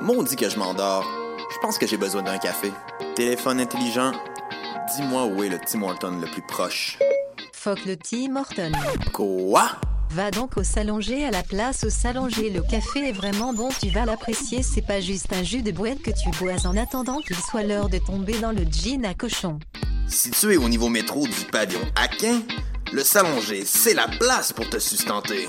Mon dit que je m'endors. Je pense que j'ai besoin d'un café. Téléphone intelligent, dis-moi où est le Tim Horton le plus proche. Fuck le Tim Horton. Quoi? Va donc au Salonger à la place au Salonger. Le café est vraiment bon, tu vas l'apprécier. C'est pas juste un jus de boîte que tu bois en attendant qu'il soit l'heure de tomber dans le jean à cochon. Situé au niveau métro du pavillon Aquin, le Salon G, c'est la place pour te sustenter.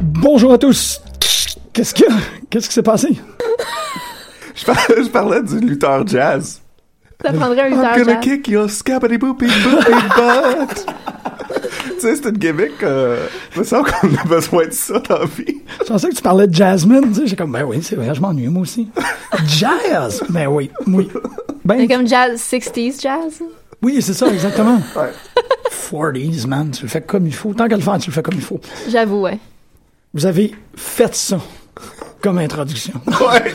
Bonjour à tous. Qu'est-ce que qu'est-ce qui s'est passé Je, par- je parlais du lutteur jazz. Ça prendrait hein. une I'm gonna heure. kick your scabady boopy boopy butt. tu sais, c'est une gimmick. Euh, il me semble qu'on a besoin de ça dans la vie. Je pensais que tu parlais de Jasmine. tu sais, J'ai comme ben oui, c'est vrai, je m'ennuie moi aussi. Jazz, ben oui, oui. Ben C'est comme jazz, 60s jazz. oui, c'est ça exactement. Ouais. 40s man, tu le fais comme il faut. Tant qu'à le faire, tu le fais comme il faut. J'avoue, ouais. Vous avez fait ça comme introduction. Ouais.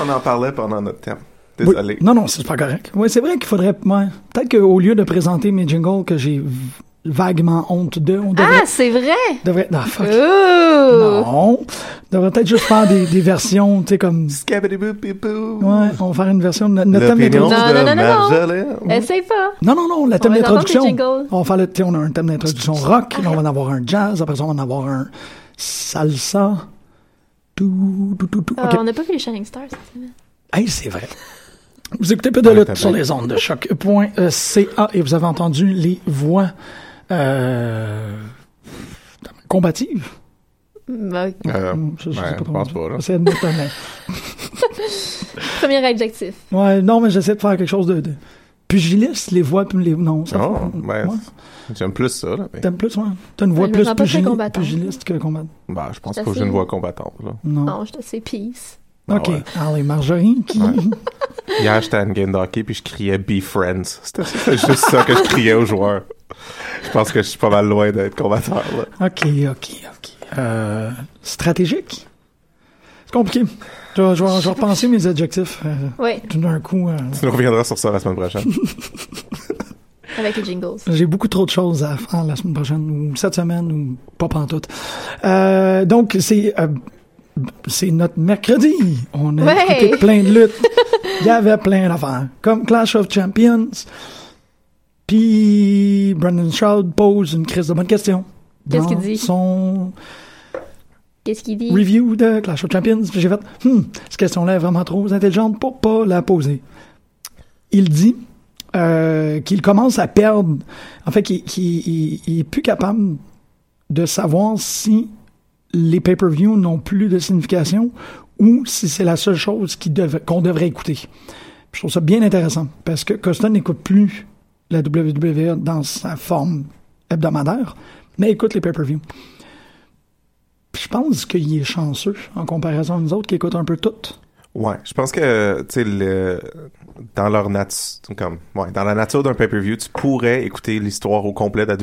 On en parlait pendant notre thème. Désolé. Oui. Non, non, c'est pas correct. Oui, c'est vrai qu'il faudrait. ouais. Peut-être qu'au lieu de présenter mes jingles que j'ai v- vaguement honte de, on devrait. Ah, Oh! c'est vrai! devrait non, fuck. Ouh! Non. On devrait peut-être juste faire des, des versions, tu sais, comme. Scabady boopy boo. Ouais, on va faire une version de notre, notre thème L'opinion d'introduction. de Non, non, non, non, non. Marjolaine. Essaye pas! Non, non, non, le thème va entendre d'introduction. des jingles. Ah. On va faire le, tu sais, on a un thème d'introduction rock, là, on va en avoir un jazz, après ça, on va en avoir un salsa. Tout, tout, tout, tout. Ah, OK. On n'a pas vu les Shining Stars cette semaine. Hey, c'est vrai. Vous écoutez peu de lutte Ah, t'as sur bien. les ondes de choc.ca et vous avez entendu les voix euh, combatives. Bah, Euh, Je- je sais ouais, je comment pense dire. pas, là. J'essaie de mettre un- premier adjectif. Ouais, non, mais j'essaie de faire quelque chose de, de pugiliste, les voix, puis les. Non, ça. Oh, ouais. ben, j'aime plus ça. Là, mais- T'aimes plus, ouais. T'as une voix Je me plus sens pas très pugili- combattante. pugiliste que combattante. Bah, je pense Ça, que j'ai c'est- une voix combattante. Là. Non. Non, je te sais, peace. Ok. Ah ouais. Allez, Marjorie, qui. Hier, j'étais à une game d'hockey puis je criais Be Friends. C'était c'était juste ça que je criais aux joueurs. Je pense que je suis pas mal loin d'être combatteur. Là. Ok, ok, ok. Euh, stratégique? C'est compliqué. Je vais, je vais- je vais repenser mes adjectifs euh, Ouais, tout d'un coup. euh, Tu nous reviendras sur ça la semaine prochaine. avec les jingles. J'ai beaucoup trop de choses à faire la semaine prochaine, ou cette semaine, ou pas pantoute. Euh, donc, c'est euh, c'est notre mercredi. On a Ouais. écouté plein de luttes. Il y avait plein d'affaires. Comme Clash of Champions. Puis, Brandon Stroud pose une crise de bonne question. Qu'est-ce dans qu'il dit? Son Qu'est-ce qu'il dit? review de Clash of Champions. Puis j'ai fait, hum, cette question-là est vraiment trop intelligente pour pas la poser. Il dit euh, qu'il commence à perdre. En fait, qu'il qu'il- il- il est plus capable de savoir si les pay-per-view n'ont plus de signification ou si c'est la seule chose qui dev- qu'on devrait écouter. Puis Je trouve ça bien intéressant parce que Costa n'écoute plus la WWE dans sa forme hebdomadaire, mais écoute les pay-per-view. Puis Je pense qu'il est chanceux en comparaison à nous autres qui écoutent un peu tout. Ouais, je pense que tu sais le dans leur nature comme ouais, dans la nature d'un pay-per-view, tu pourrais écouter l'histoire au complet de la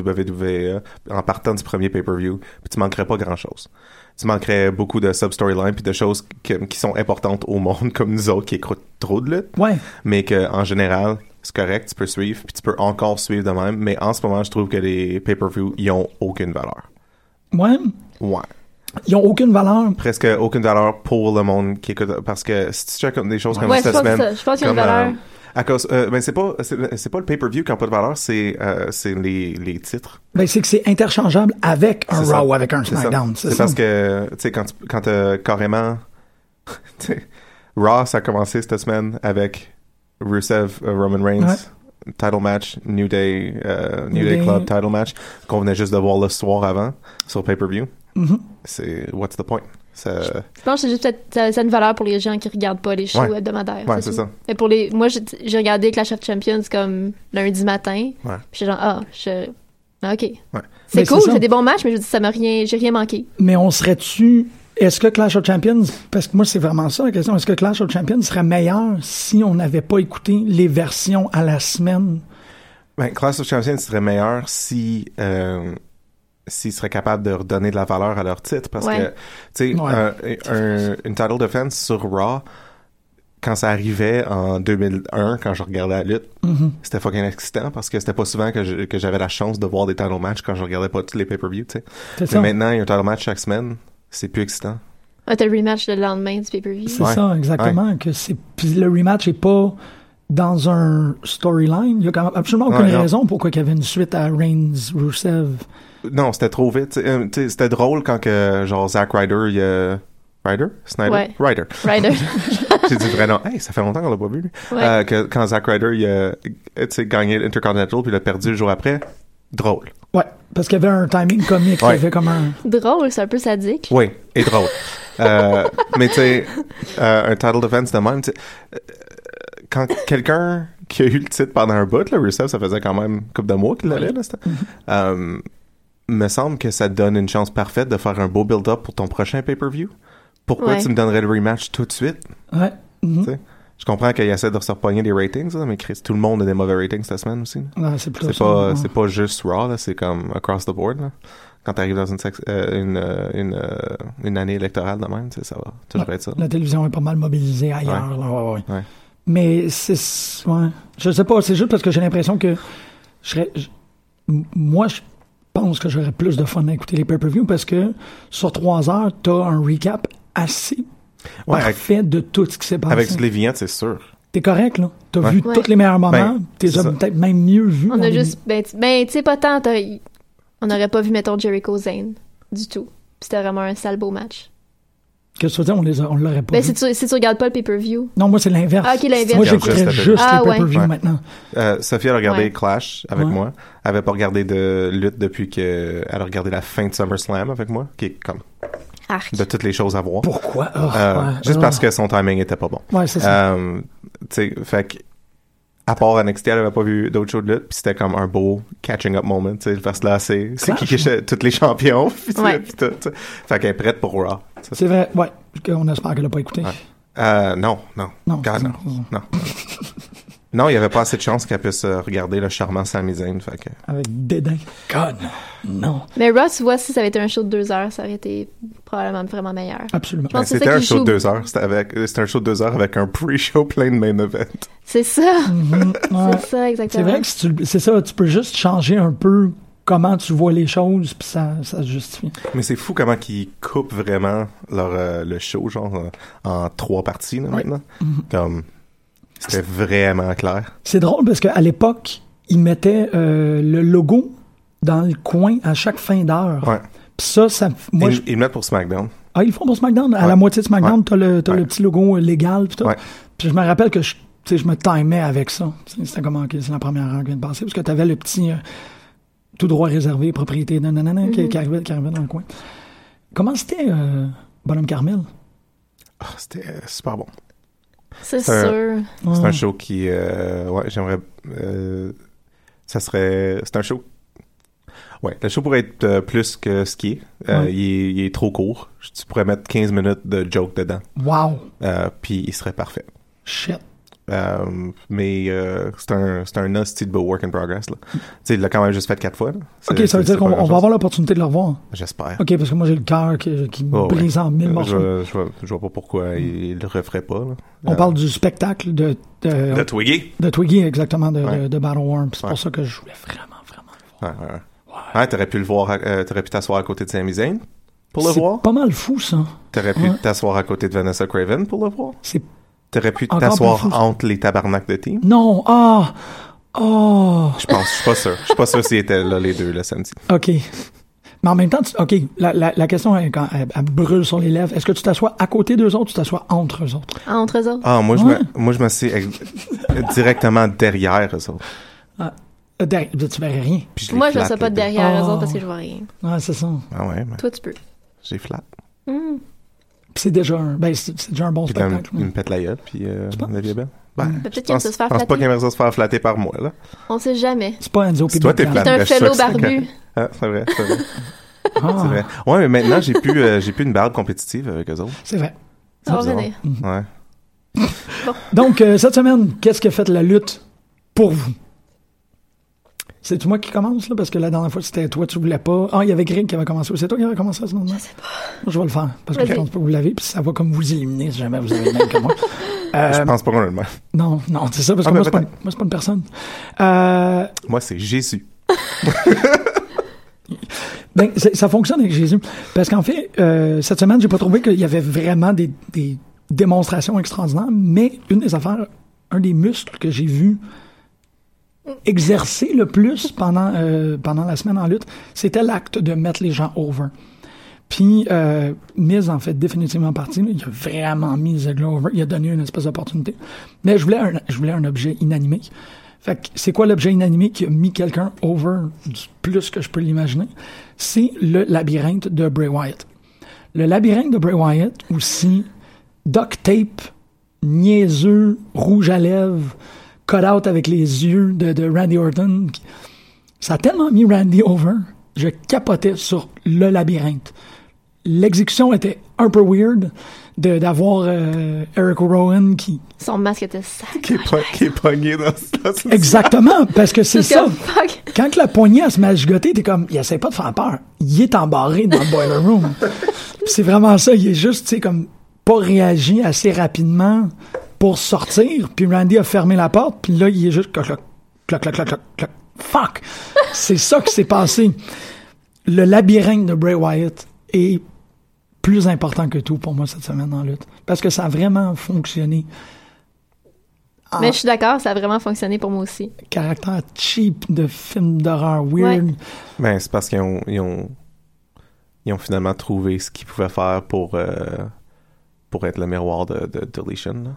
WWE en partant du premier pay-per-view, puis tu manquerais pas grand-chose. Tu manquerais beaucoup de sub-storylines puis de choses que- qui sont importantes au monde comme nous autres qui écoutent trop de lutte. Ouais. mais que en général c'est correct tu peux suivre puis tu peux encore suivre de même mais en ce moment je trouve que les pay-per-view ils ont aucune valeur Ouais. ouais Ils ont aucune valeur. presque aucune valeur pour le monde qui écoute parce que si tu checkes des choses comme Ouais, je cette pense semaine ça. Je pense qu'il y a une comme, valeur. euh, à cause euh, ben c'est pas c'est c'est pas le pay-per-view qui a pas de valeur c'est euh, c'est les les titres Ben, c'est que c'est interchangeable avec un C'est ça. Raw, avec un C'est ça. SmackDown. C'est parce que, tu sais, quand, tu- quand t'as carrément. tu sais, Raw, ça a commencé cette semaine avec Rusev, euh, Roman Reigns, title match, New Day, euh, New Day Club title match, qu'on venait juste de voir le soir avant sur pay-per-view. Mhm. C'est what's the point? Ça, Je pense que c'est juste peut-être ça, ça a une valeur pour les gens qui regardent pas les shows Ouais. hebdomadaires. ouais, c'est c'est tout. ça. Mais pour les, moi, j'ai j'ai regardé Clash of Champions comme lundi matin. Ouais. Puis j'étais genre, ah, je. ah, Ok. Mais C'est cool, c'est ça. c'est des bons matchs, mais je dis, ça m'a rien, j'ai rien manqué. Mais on serait-tu. Est-ce que Clash of Champions, parce que moi c'est vraiment ça la question, est-ce que Clash of Champions serait meilleur si on n'avait pas écouté les versions à la semaine? Ben, Clash of Champions serait meilleur si euh, s'ils seraient capables de redonner de la valeur à leur titre parce Ouais. que tu sais Ouais. un- un- une title defense sur Raw quand ça arrivait en 2001 quand je regardais la lutte Mm-hmm. c'était fucking excitant parce que c'était pas souvent que je- que j'avais la chance de voir des title matchs quand je regardais pas tous les pay-per-view tu sais C'est mais ça? maintenant il y a un title match chaque semaine c'est plus excitant Ah, t'as le rematch le lendemain du pay-per-view. C'est Ouais. ça, exactement. Que c'est, puis le rematch est pas dans un storyline. Il n'y a quand même absolument aucune Ouais, non. raison pourquoi il y avait une suite à Reigns Rusev. non c'était trop vite tu sais, euh, tu sais, c'était drôle quand que genre Zack Ryder il y a- Ryder Snyder Ouais. Ryder Ryder. J'ai dit vraiment, hey, ça fait longtemps qu'on l'a pas vu, lui. Ouais. Euh, que, quand Zack Ryder, il a tu sais, gagné l'Intercontinental puis l'a perdu le jour après, drôle. Ouais, parce qu'il y avait un timing comique. Il y Ouais. avait comme un. Drôle, c'est un peu sadique. Oui, et drôle. Euh, mais tu sais, euh, un title defense de même, tu sais, euh, quand quelqu'un qui a eu le titre pendant un bout, là, Rusev, ça faisait quand même une couple de mois qu'il l'avait, là, c'était- Mm-hmm. Euh, me semble que ça te donne une chance parfaite de faire un beau build-up pour ton prochain pay-per-view. Pourquoi Ouais. tu me donnerais le rematch tout de suite? Ouais. mhm. Tu sais, Je comprends qu'il essaie de se repogner des ratings, là, mais Chris, tout le monde a des mauvais ratings cette semaine aussi. là. Non, Ah, c'est plus C'est ça, pas, ouais. c'est pas juste Raw, là, c'est comme across the board. Là. Quand t'arrives dans une, sex- euh, une, euh, une, euh, une année électorale de même, tu sais, ça va toujours Ouais. être ça. La télévision est pas mal mobilisée ailleurs. là, ouais, ouais. Ouais. Mais c'est. Ouais. Je sais pas, c'est juste parce que j'ai l'impression que. Je serais, je- m- moi, je pense que j'aurais plus de fun à écouter les pay-per-views parce que sur trois heures, t'as un recap assez Ouais, avec, parfait de tout ce qui s'est passé. avec toutes les vignettes, c'est sûr. T'es correct, là. T'as Ouais. vu Ouais. tous les meilleurs moments. Ben, T'es c'est ça. peut-être même mieux vu. On dans a les- juste. Ben, tu ben, tu sais, pas tant. t'as- On n'aurait pas vu, mettons, Jericho Zane du tout. Puis C'était vraiment un sale beau match. Qu'est-ce que tu veux dire? On les a- on l'aurait pas Ben, vu. si tu, si tu regardes pas le pay-per-view. Non, moi, c'est l'inverse. Ah, ok, l'inverse. Moi, Regarde juste j'écouterais la juste pay-per-view. les Ah, pay-per-view ouais. maintenant. Euh, Sophie, elle a regardé Ouais. Clash avec Ouais. moi. Elle avait pas regardé de lutte depuis que elle a regardé la fin de SummerSlam avec moi, qui est comme Arc. de toutes les choses à voir. Pourquoi? Ah, Euh, ouais, juste ah. parce que son timing était pas bon. Ouais, c'est ça. Euh, tu sais, fait que, à part NXT, elle avait pas vu d'autres shows de lutte, puis c'était comme un beau catching up moment, tu sais, parce que là, c'est c'est qui qui est tous les champions, puis tu sais, Ouais. puis tout, tu sais. Fait qu'elle est prête pour Raw. tu sais. C'est vrai, ouais. On espère qu'elle l'a pas écouté. Ouais. Euh, non, non. Non, God, c'est- non. Non. Non, il y avait pas assez de chance qu'elle puisse euh, regarder le charmant Sami Zayn, fait que... Avec dédain. God, non. Mais Ross, tu vois, si ça avait été un show de deux heures, ça aurait été probablement vraiment meilleur. Absolument. pense que c'est C'était ça un qui show de joue. deux heures, c'était avec- c'était un show de deux heures avec un pre-show plein de main event. C'est ça. Ouais. C'est ça, C'est exactement. vrai que si tu le- c'est ça, tu peux juste changer un peu comment tu vois les choses, puis ça, ça se justifie. Mais c'est fou comment ils coupent vraiment leur, euh, le show, genre, euh, en trois parties, là, maintenant. Mm-hmm. Comme, c'était vraiment clair. C'est drôle parce qu'à l'époque, ils mettaient euh, le logo dans le coin à chaque fin d'heure. Ouais. Puis ça, ça. Moi, ils, je- ils le mettent pour SmackDown. Ah, ils le font pour SmackDown. À la Ouais. moitié de SmackDown, Ouais. t'as le, t'as Ouais. le petit logo euh, légal, puis tout. Ouais. Puis je me rappelle que je, tu sais, je me timais avec ça. C'était comme, OK, c'est la première heure qui vient de passer, parce que t'avais le petit euh, tout droit réservé, propriété, nanana, Mm-hmm. qui, qui arrivait, qui arrivait dans le coin. Comment c'était, euh, Bonhomme Carmel? Ah, c'était euh, super bon. C'est C'est un- sûr. C'est Ouais. un show qui, euh, ouais, j'aimerais, euh, ça serait, c'est un show. Ouais, le show pourrait être euh, plus que ce qui est. Euh, Ouais. il est. il est trop court. Je- Tu pourrais mettre 15 minutes de joke dedans. Wow! Euh, Puis il serait parfait. Shit. Euh, mais euh, c'est un, c'est un hostie de beau work in progress. Là. Tu sais, il l'a quand même juste fait quatre fois. là. C'est- OK, ça veut dire c'est- c'est pas qu'on on grand-chose. va avoir l'opportunité de le revoir. J'espère. OK, parce que moi, j'ai le cœur qui, qui me Oh, ouais. brise en mille morceaux. Je, je, vois- je vois pas pourquoi il, il le referait pas. Là. On Euh, parle du spectacle de, de, de Twiggy. de Twiggy, exactement, de, Ouais. de, de Battle Worm. C'est Ouais. pour ça que je voulais vraiment, vraiment le voir. Ouais, ouais, ouais. Ouais, t'aurais pu le voir, à- euh, t'aurais pu t'asseoir à côté de Sami Zayn pour le C'est voir. pas Hein? mal fou, ça. T'aurais pu Ouais. t'asseoir à côté de Vanessa Craven pour le voir. C'est... T'aurais pu Encore plus t'asseoir fou. entre les tabarnaks de team. Non! Ah! Oh! Je pense, je suis pas sûr. Je suis pas sûr s'ils étaient là les deux le samedi. OK. Mais en même temps, tu- OK, la, la, la question, elle, quand elle, elle brûle sur les lèvres. Est-ce que tu t'assois à côté d'eux autres ou tu t'assois entre eux autres? Entre eux autres. Ah, moi, je Ouais. me, moi, je me suis ex- directement derrière eux autres. Euh, derrière- tu verrais rien. Puis les Moi, je ne flatte, sais pas les de deux. derrière les Oh. autres parce que je vois rien. Ouais, c'est ça. Ah ouais, mais Toi, tu peux. j'ai flat. Hmm. Puis c'est déjà un, ben, c'est c'est déjà un bon Puis là, spectacle. il me pète la gueule, puis euh, penses? la vie est belle. Ben, Mais Peut-être je qu'il aime pense, ça se faire je pense pas flatter. qu'il aimerait ça se faire flatter par moi, là. On sait jamais. C'est pas Enzo C'est toi, t'es Pimenta. plate. C'est un ben, je suis fellow sûr que c'est barbu. Ah, c'est vrai, c'est vrai. Ah, c'est vrai. Ouais, mais maintenant, j'ai plus, euh, j'ai plus une barbe compétitive avec eux autres. C'est vrai. Ça va C'est revenir. Ouais. Donc, euh, cette semaine, qu'est-ce que fait la lutte pour vous? C'est-tu moi qui commence, là? Parce que la dernière fois, c'était toi, tu voulais pas. Ah, il y avait Greg qui avait commencé. C'est toi qui avais commencé à ce moment-là? Je sais pas. Je vais le faire. Parce que je Vas-y. pense pas que vous l'avez, puis ça va comme vous éliminer si jamais vous avez le même que moi. Je Euh, pense pas qu'on a le même. non, non, c'est ça, parce Ah, que ben, moi, c'est pas, une- peut-être. moi, c'est pas une personne. Euh, Moi, c'est Jésus. Ben, c'est- ça fonctionne avec Jésus. Parce qu'en fait, euh, cette semaine, j'ai pas trouvé qu'il y avait vraiment des, des démonstrations extraordinaires, mais une des affaires, un des muscles que j'ai vu exercer le plus pendant, euh, pendant la semaine en lutte, c'était l'acte de mettre les gens over. Puis, euh, Miz en fait définitivement partie. là. Il a vraiment mis Ziggler over. Il a donné une espèce d'opportunité. Mais je voulais un, je voulais un objet inanimé. Fait que c'est quoi l'objet inanimé qui a mis quelqu'un over du plus que je peux l'imaginer? C'est le labyrinthe de Bray Wyatt. Le labyrinthe de Bray Wyatt, aussi duct tape, niaiseux, rouge à lèvres, cut-out avec les yeux de, de Randy Orton, qui- ça a tellement mis Randy over, je capotais sur le labyrinthe. L'exécution était un peu weird de- d'avoir euh, Eric Rowan qui... Son masque était sale. Qui est, po- qui est pogné dans ce dans ce- Exactement, parce que c'est Parce que, ça. fuck. Quand que la poignée elle se met à gigoter, t'es comme, il essaie pas de faire peur. Il est embarré dans le boiler room. Puis c'est vraiment ça. Il est juste, tu sais, comme, pas réagi assez rapidement pour sortir. Puis Randy a fermé la porte. Puis là, il est juste, cloc, cloc, cloc, cloc, cloc, cloc, cloc. Fuck! C'est ça qui s'est passé. Le labyrinthe de Bray Wyatt est plus important que tout pour moi cette semaine en lutte. Parce que ça a vraiment fonctionné. Mais je suis d'accord, ça a vraiment fonctionné pour moi aussi. Caractère cheap de film d'horreur weird. Ouais. Ben, c'est parce qu'ils ont, ils ont, ils ont finalement trouvé ce qu'ils pouvaient faire pour, euh, pour être le miroir de, de Deletion. là.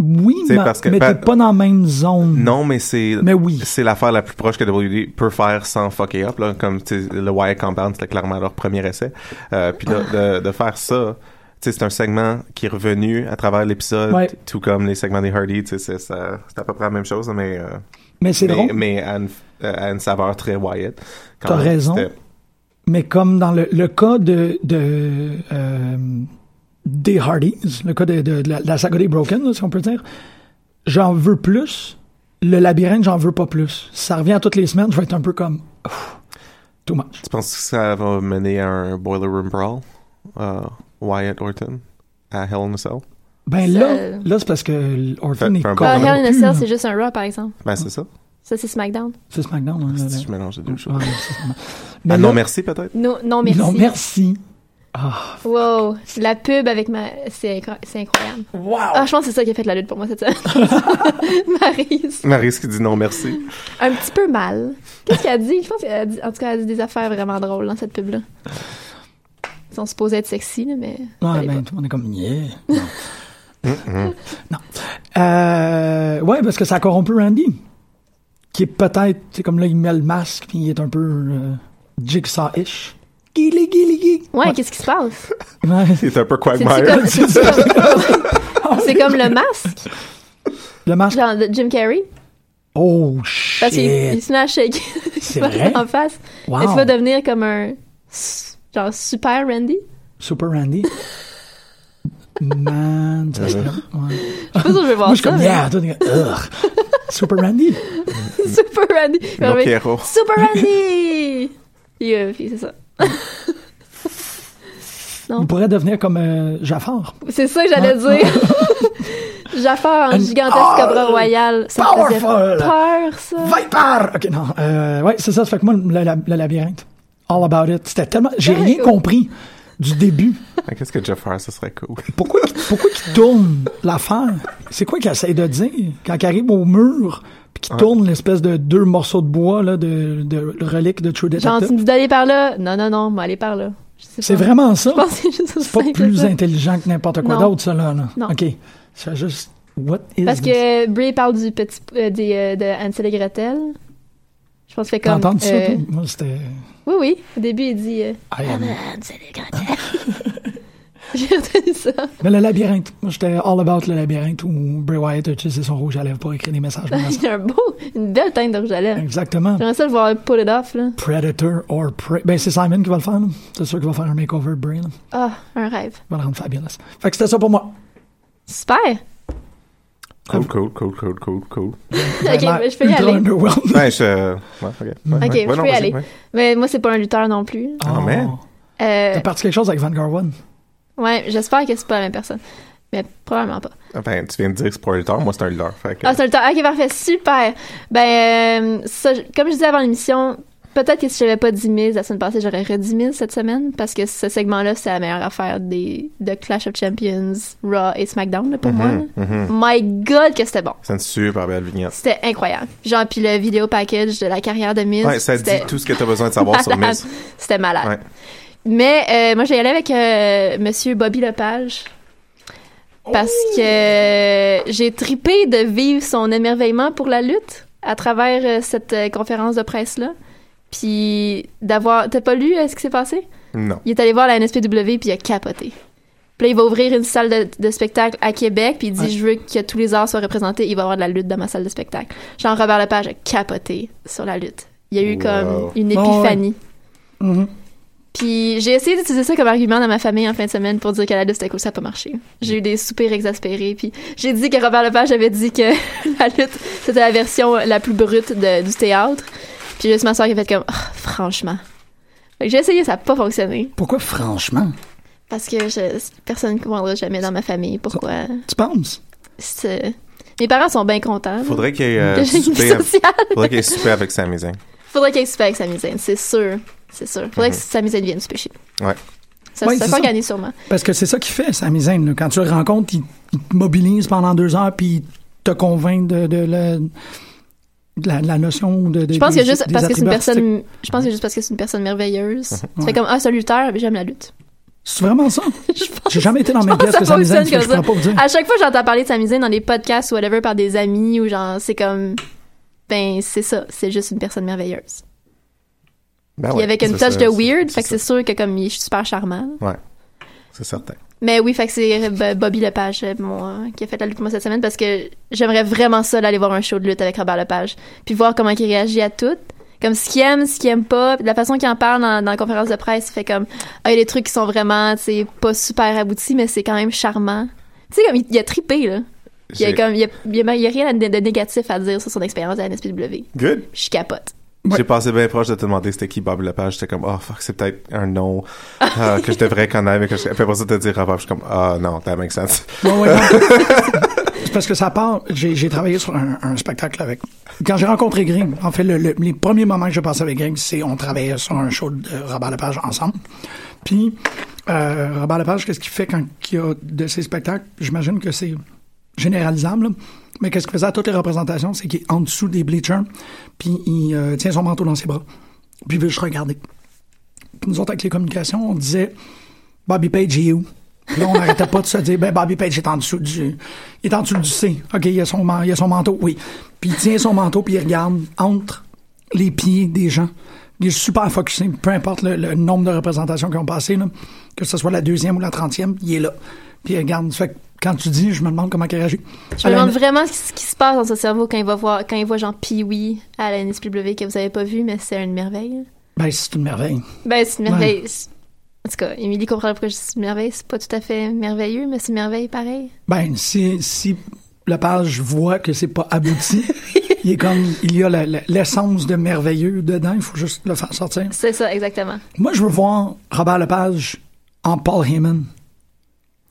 Oui, Tu sais, mais, parce que- mais pa- t'es pas dans la même zone. Non, mais c'est Mais oui. c'est l'affaire la plus proche que WD peut faire sans fucker up. Là. Comme tu sais, le Wire Compound, c'était clairement leur premier essai. Euh, Puis là, de, de faire ça, tu sais, c'est un segment qui est revenu à travers l'épisode, Ouais. tout comme les segments des Hardy. tu sais, C'est ça- c'est à peu près la même chose, mais, euh, Mais c'est mais, drôle. mais à, une, euh, à une saveur très Wyatt. Quand T'as même, raison. c'était- Mais comme dans le, le cas de, de euh, des Hardys, le cas de, de- de la, de la saga des Broken, là, si on peut dire, j'en veux plus. Le labyrinthe, j'en veux pas plus. Ça revient à toutes les semaines, je vais être un peu comme Ouf, too much. Tu penses que ça va mener à un Boiler Room Brawl? Euh, Wyatt Orton à Hell in a Cell? Ben Ça- là, là c'est parce que Orton Fait- est fait un Ah, Bon, Hell in a corrompu, Cell, là. c'est juste un Raw, par exemple. Ben, c'est ça. Ça, c'est SmackDown. C'est SmackDown. hein, Si le- je mélange les deux choses. Ah. Ouais, c'est ça. Ah, Mais non, là- merci, peut-être? Non, non, merci. Non, merci. Ah, Wow, la pub avec ma... C'est incro- c'est incroyable. wow! Ah, je pense que c'est ça qui a fait la lutte pour moi cette semaine. Maryse. Marie, qui dit non, merci. Un petit peu mal. Qu'est-ce qu'elle a dit? Je pense qu'elle a dit... En tout cas, elle a dit des affaires vraiment drôles dans cette pub-là. Ils sont supposés être sexy, là, mais... ça Ouais, l'est ben, tout le monde est comme, yeah. Non. non. Euh, ouais, parce que ça a corrompu Randy. Qui est peut-être, c'est comme là, il met le masque, puis il est un peu euh, jigsaw-ish. Gilly, gilly, gilly. pas. Ouais, qu'est-ce qui se passe? Ouais. C'est un peu C'est-tu Quagmire. comme- C'est-tu comme... c'est comme le masque, Le masque. genre de Jim Carrey. Oh, Parce qu'il il shit. se met à shaker C'est vrai? en face. Et tu Wow. vas devenir comme un... s- Genre super Randy. Super Randy. Man, ça se ouais. Je sais pas si je vais voir Moi, je suis ça. hein. comme, mais- yeah, toi, t'es comme, Ugh. Super Randy. Super Randy. Non, Ouais, Pierrot. Super Randy! Puis, euh, puis c'est ça. Il pourrait devenir comme euh, Jafar. C'est ça que j'allais dire. Jaffar en Une gigantesque cobra all royal. Ça me faisait Ah! powerful. peur, ça. Viper! Ok, non. Euh, ouais, c'est ça. Ça fait que moi, le, la- le labyrinthe. All about it. C'était tellement. J'ai Ouais, rien cool. compris du début. Ah, Qu'est-ce que Jeff Harris, ça serait cool. Pourquoi, pourquoi qu'il tourne l'affaire? C'est quoi qu'il essaie de dire? Quand il arrive au mur, puis qu'il tourne l'espèce de deux morceaux de bois, là, de, de relique de True Genre, tu Detective. me dis d'aller par là. Non, non, non, moi, aller par là. Je sais C'est pas. vraiment ça? Je pense que c'est juste aussi Pas simple que plus ça. intelligent que n'importe quoi Non. d'autre, ça, là. là. Non. OK. C'est juste. What is Parce this? que Brie parle du petit, euh, des, euh, de Hansel et Gretel. Je pense que c'est T'as comme. entendu ça, euh, toi? Moi, c'était... Oui, oui. Au début, il dit euh, I am- Hansel et Gretel. J'ai retenu ça. Mais Ben, le labyrinthe. Moi, j'étais all about le labyrinthe où Bray Wyatt a utilisé son rouge à lèvres pour écrire des messages menaçants. Il a un beau, une belle teinte de rouge à lèvres. Exactement. J'aimerais ça le voir pull it off, là. Predator or Prey. Ben, c'est Simon qui va le faire. là. C'est sûr qu'il va faire un makeover de Bray. là. Ah, un rêve. Il va le rendre fabulous. Fait que c'était ça pour moi. Super! Cool, cool, cool, cool, cool, cool. Ok, Vraiment ben, je peux y ultra aller. underwhelmed. Ouais, je... euh, ouais, ok. Ouais, ouais. Ok, Ouais, je non, peux y vas-y, aller. ouais. Mais moi, c'est pas un lutteur non plus. Ah, man. Euh, T'as parti quelque chose avec Vanguard One. ouais, j'espère que c'est pas la même personne. Mais probablement pas. Ah, Ben, tu viens de dire que c'est pas un leader, moi c'est un leader. Fait que- Ah, c'est le temps. Ok, parfait. Super. Ben, euh, ça, je- comme je disais avant l'émission, peut-être que si j'avais pas 10 000 la semaine passée, j'aurais re 10 000 cette semaine parce que ce segment-là, c'est la meilleure affaire des, de Clash of Champions, Raw et SmackDown là, pour moi. Mm-hmm. là. My God, que c'était bon. Mhm, C'est une super belle vignette. C'était incroyable. Genre, puis le vidéo package de la carrière de Miz. Ouais, ça dit c'était tout ce que t'as besoin de savoir sur malade. Miz. C'était malade. Ouais. Mais euh, moi, j'ai allé avec euh, Monsieur Bobby Lepage. Parce que j'ai tripé de vivre son émerveillement pour la lutte à travers euh, cette euh, conférence de presse-là. Puis d'avoir. T'as pas lu euh, ce qui s'est passé? Non. Il est allé voir la NSPW puis il a capoté. Puis là, il va ouvrir une salle de, de spectacle à Québec puis il dit Ouais. Je veux que tous les arts soient représentés. Il va y avoir de la lutte dans ma salle de spectacle. Jean-Robert Lepage a capoté sur la lutte. Il y a eu Wow. comme une Ah ouais. épiphanie. Mhm. Puis j'ai essayé d'utiliser ça comme argument dans ma famille en fin de semaine pour dire que la lutte c'était cool, ça n'a pas marché. J'ai eu des soupirs exaspérés, puis j'ai dit que Robert Lepage avait dit que la lutte c'était la version la plus brute de- du théâtre. Puis juste ma soeur qui a fait comme Ah, franchement. Fait que J'ai essayé, ça n'a pas fonctionné Pourquoi franchement? parce que je- personne ne comprendra jamais dans ma famille pourquoi. Tu penses? c'est- Mes parents sont bien contents. Faudrait qu'il y ait là, euh, que j'ai une vie souper avec- sociale. faudrait qu'il y ait souper avec Sami Zayn. Faudrait qu'elle super avec Sami Zayn, c'est sûr, c'est sûr. Faudrait que Sami Zayn vienne souper chez nous. Mhm. Ouais. Ça, Ouais, ça c'est ça. s'organise sûrement. Parce que c'est ça qu'il fait, Sami Zayn. là. Quand tu le rencontres, il, il te mobilise pendant deux heures puis il te convainc de, de la, de la- de la notion de, de- Je pense que des- juste des parce que c'est une attributs artistiques. personne, je pense que juste parce que c'est une personne merveilleuse. Tu fais comme ah salutaire, mais j'aime la lutte. C'est vraiment ça? Je pense- J'ai jamais été dans je la même pense pièce que ça Sami Zayn, fonctionne fait que je comme pourrais pas vous dire. À chaque fois que j'entends parler de Sami Zayn dans des podcasts ou whatever par des amis ou genre c'est comme ben c'est ça, c'est juste une personne merveilleuse. Ben Puis ouais, avec une c'est touch ça, de weird, c'est- fait que c'est sûr que comme il est super charmant. Ouais, c'est certain. Mais oui, fait que c'est Bo- Bobby Lepage euh, mon, euh, qui a fait la lutte pour moi cette semaine parce que j'aimerais vraiment ça d'aller voir un show de lutte avec Robert Lepage. Puis voir comment il réagit à tout. Comme ce qu'il aime, ce qu'il aime pas. Puis de la façon qu'il en parle dans, dans la conférence de presse, il fait comme Ah, il y a des trucs qui sont vraiment, tu sais, pas super aboutis, mais c'est quand même charmant. Tu sais, comme il, il a trippé, là. Il y a, J'ai- comme, il y a, il y a- il y a rien de, de négatif à dire sur son expérience à la NSPW. Good. Je capote. Ouais. J'ai passé bien proche de te demander c'était qui Bob Lepage. J'étais comme, oh fuck, c'est peut-être un nom euh, que je devrais connaître. Mais que je... Puis après ça, te dire Robert. Je suis comme, ah non, that makes sense. Ouais, ouais, non. C'est parce que ça part. J'ai j'ai travaillé sur un, un spectacle avec. Quand j'ai rencontré Greg, en fait, le- le- les premiers moments que j'ai passé avec Greg, c'est on travaillait sur un show de Robert Lepage ensemble. Puis, euh, Robert Lepage, qu'est-ce qu'il fait quand il y a de ses spectacles? J'imagine que c'est généralisable, là. mais qu'est-ce qu'il faisait à toutes les représentations? C'est qu'il est en dessous des bleachers, puis il euh, tient son manteau dans ses bras, puis il veut juste regarder. Puis nous autres, avec les communications, on disait Bobby Page est où? Puis là, on n'arrêtait pas de se dire, ben, Bobby Page est en dessous du, il est en dessous du C. OK, il a son, man- il a son manteau, oui. Puis il tient son manteau, puis il regarde entre les pieds des gens. Il est super focusé, peu importe le, le nombre de représentations qui ont passé, là, que ce soit la deuxième ou la trentième, il est là. Puis il regarde. Fait que quand tu dis, je me demande comment il réagit. Je me demande vraiment ce qui se passe dans son cerveau quand il va voir, quand il voit Jean Pee-Wee à la NSPW que vous avez pas vu, mais c'est une merveille. hein. Ben, c'est une merveille. Ben, c'est une merveille. En tout cas, Émilie comprend pourquoi je dis merveille. C'est pas tout à fait merveilleux, mais c'est merveille pareil. Ben, si, si le page voit que c'est pas abouti, il est comme, il y a la- la- l'essence de merveilleux dedans, il faut juste le faire sortir. C'est ça, exactement. Moi, je veux voir Robert Lepage en Paul Heyman.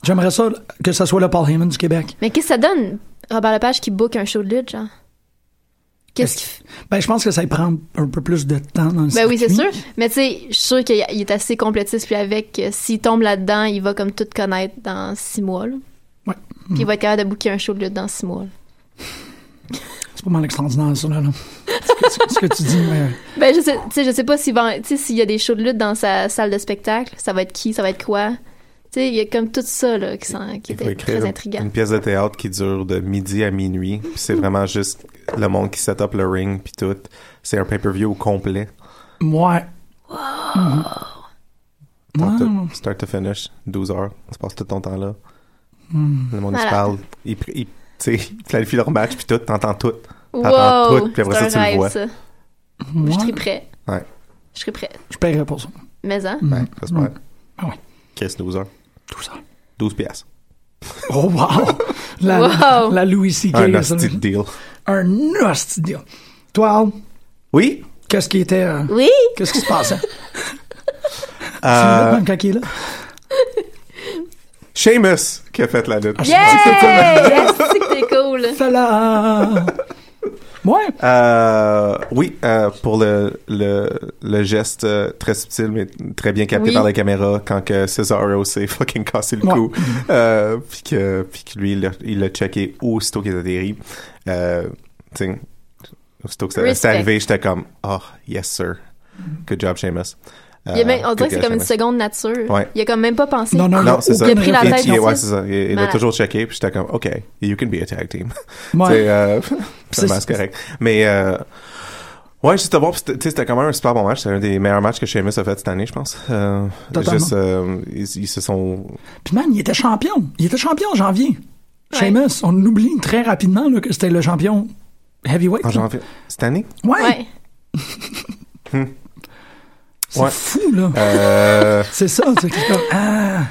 J'aimerais ça que ça soit le Paul Heyman du Québec. Mais qu'est-ce que ça donne, Robert Lepage qui book un show de lutte, genre? Qu'est-ce qu'il fait? Ben, je pense que ça y prend un peu plus de temps dans le Ben oui, c'est circuit. sûr. Mais tu sais, je suis sûre qu'il il est assez complétiste, puis avec, euh, s'il tombe là-dedans, il va comme tout connaître dans six mois, là. Ouais. Puis il va être capable de booker un show de lutte dans six mois, là. C'est pas mal extraordinaire, ça, là. là. ce, que, ce que tu dis, mais... Ben, je sais, tu sais, je sais pas s'il va- tu sais, s'il y a des shows de lutte dans sa salle de spectacle, ça va être qui, ça va être quoi. Tu sais, il y a comme tout ça là, qui, s'en- qui Il faut était écrire très intriguant. une pièce de théâtre qui dure de midi à minuit. Puis c'est Mm. vraiment juste le monde qui set up le ring puis tout. C'est un pay-per-view au complet. Ouais. Start to- Wow. Start to finish, 12 heures. Tu passes tout ton temps là. Mm. Le monde, ils se Malade. parle. Ils, pr- ils, tu sais, ils planifient leur match puis tout. T'entends tout. T'entends Wow! tout, puis après ça, c'est tu un le rêve, vois. ça. Ouais. Je serais prêt. Ouais. Je serais prêt. Je paierais pour ça. Mais hein? Ouais, j'espère. Mm. Ah ouais. Qu'est-ce 12 heures? Tout ça. 12 piastres. Oh, wow! La, Wow! la Louis C.K. Un là, hostile ça- deal. Un hostie deal. Toi, Al, Oui? qu'est-ce qui était. euh, Oui! Qu'est-ce qui se passait? Euh, Tu me quand il est là? Seamus qui a fait la Ah, lutte. Yeah! Yes! C'est que t'es cool! Fala! Ouais! Euh, oui, euh, pour le, le, le geste euh, très subtil, mais très bien capté Oui. par la caméra, quand que Cesaro s'est fucking cassé le Ouais. cou, euh, puis que, puis que lui, il l'a- il l'a checké aussitôt qu'il a atterri. Euh, tu sais, aussitôt que ça- c'est Respect. arrivé, j'étais comme « Oh, yes, sir. Good job, Seamus. Euh, Il y a même- on dirait good que c'est job, comme une Sheamus. seconde nature. Ouais. Il a comme même pas pensé. Non, non, Non, c'est ça. Il a pris la Et tête, puis, en ouais, fait. c'est ça. Il, il a Malade. toujours checké, puis j'étais comme « OK, you can be a tag team. » Ouais. C'est euh, c'est- vraiment, c'est correct. Mais euh, ouais, juste à voir, puis c'était tu sais, c'était quand même un super bon match. C'est un des meilleurs matchs que Sheamus a fait cette année, je pense. Euh, Totalement. juste, euh, ils, ils se sont. Puis man, il était champion. Il était champion en janvier. Ouais. Sheamus, on oublie très rapidement là, que c'était le champion heavyweight. En janvier. Cette année? Ouais, Ouais. c'est Ouais. fou, là. Euh, C'est ça, c'est que c'est comme, ah,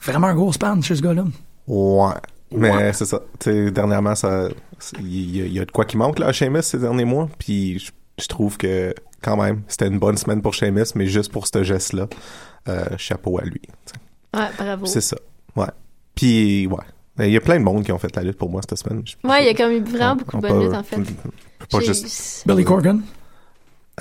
vraiment un gros span chez ce gars-là. ouais. Mais c'est ça. Tu sais, dernièrement, ça, c'est- il y, a- il y a de quoi qui manque là, à Sheamus ces derniers mois. Puis je, je trouve que quand même, c'était une bonne semaine pour Sheamus, mais juste pour ce geste-là, euh, chapeau à lui. tu sais. Ouais, Oh. bravo. C'est ça. Ouais. Puis ouais. Il y a plein de monde qui ont fait la lutte pour moi cette semaine. Je- Ouais, il y a comme eu vraiment On- beaucoup on de bonnes peut- luttes, en fait. Pas J'ai- juste- Billy Corgan.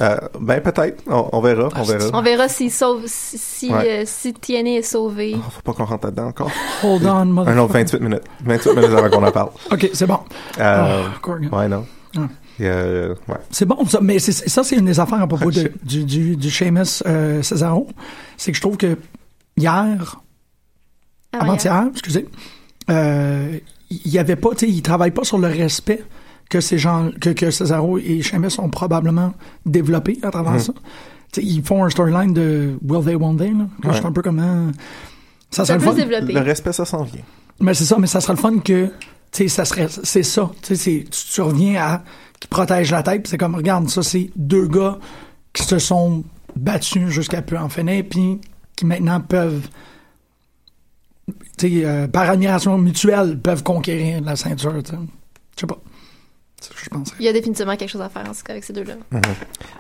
Euh, ben peut-être, on, on verra, Ah, on verra. On verra s'il sauve, si, si, Ouais. euh, si TNA est sauvé. Oh, faut pas qu'on rentre là-dedans encore. Hold on, Un autre motherfucker. 28 minutes. 28 minutes avant qu'on en parle. OK, c'est bon. Euh, Ah, Corgan. ouais, non. Ah. Et, euh, ouais. C'est bon, ça. Mais c'est- ça, c'est une des affaires à propos Ah, de, shit. du, du, du Seamus euh, Cesaro. C'est que je trouve que hier, Avant-hier. avant-hier, excusez, euh, il y avait pas, tu sais, ils travaillent pas sur le respect que ces gens, que, que Cesaro et Sheamus ont probablement développé à travers Mm. ça. Tu sais, ils font un storyline de Will They, Won't They, là. Moi, Je suis un peu comme, euh, ça C'est serait le plus fun. développé. Le respect, ça s'en vient. Mais c'est ça, mais ça serait le fun que, tu sais, ça serait, c'est ça. Tu sais, c'est- tu, tu reviens à, qui protège la tête, puis c'est comme, regarde, ça, c'est deux gars qui se sont battus jusqu'à peu en finir, puis qui maintenant peuvent, tu sais, euh, par admiration mutuelle, peuvent conquérir la ceinture, tu sais. Je sais pas. C'est ce que Je pense. Il y a définitivement quelque chose à faire en ce cas avec ces deux-là.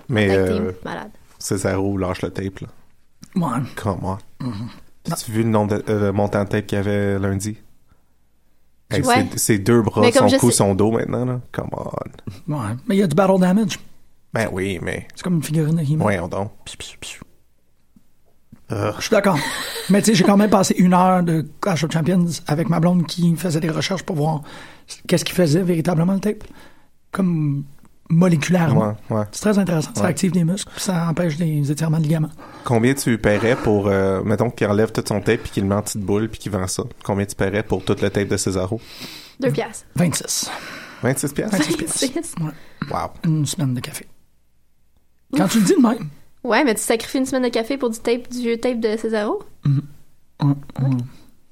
Mais Tag euh, team, malade. Cesaro lâche le tape, là. Ouais. Come on. Mm-hmm. As-tu vu le nombre de, euh, le montant de tape qu'il y avait lundi? Hey, Ouais. ses, ses deux bras, Mais comme son je cou, sais- son dos maintenant, là. Come on. Ouais. Mais il y a du battle damage. Ben oui, mais. C'est comme une figurine de He-Man. Voyons donc. Pss, pss, pss. Ugh. Je suis d'accord. Mais tu sais, j'ai quand même passé une heure de Clash of Champions avec ma blonde qui faisait des recherches pour voir qu'est-ce qu'il faisait véritablement le tape. Comme moléculairement. Ouais, ouais. C'est très intéressant. Ça Ouais. active des muscles, puis ça empêche des étirements de ligaments. Combien tu paierais pour, euh, mettons, qu'il enlève tout son tape puis qu'il le met en petite boule puis qu'il vend ça? Combien tu paierais pour tout le tape de Cesaro? Deux piastres. 26. 26 piastres? 26 pièces. Six. Wow. Une semaine de café. Quand tu le dis de même. Ouais, mais tu sacrifies une semaine de café pour du tape, du vieux tape de Cesaro? Hum, hum.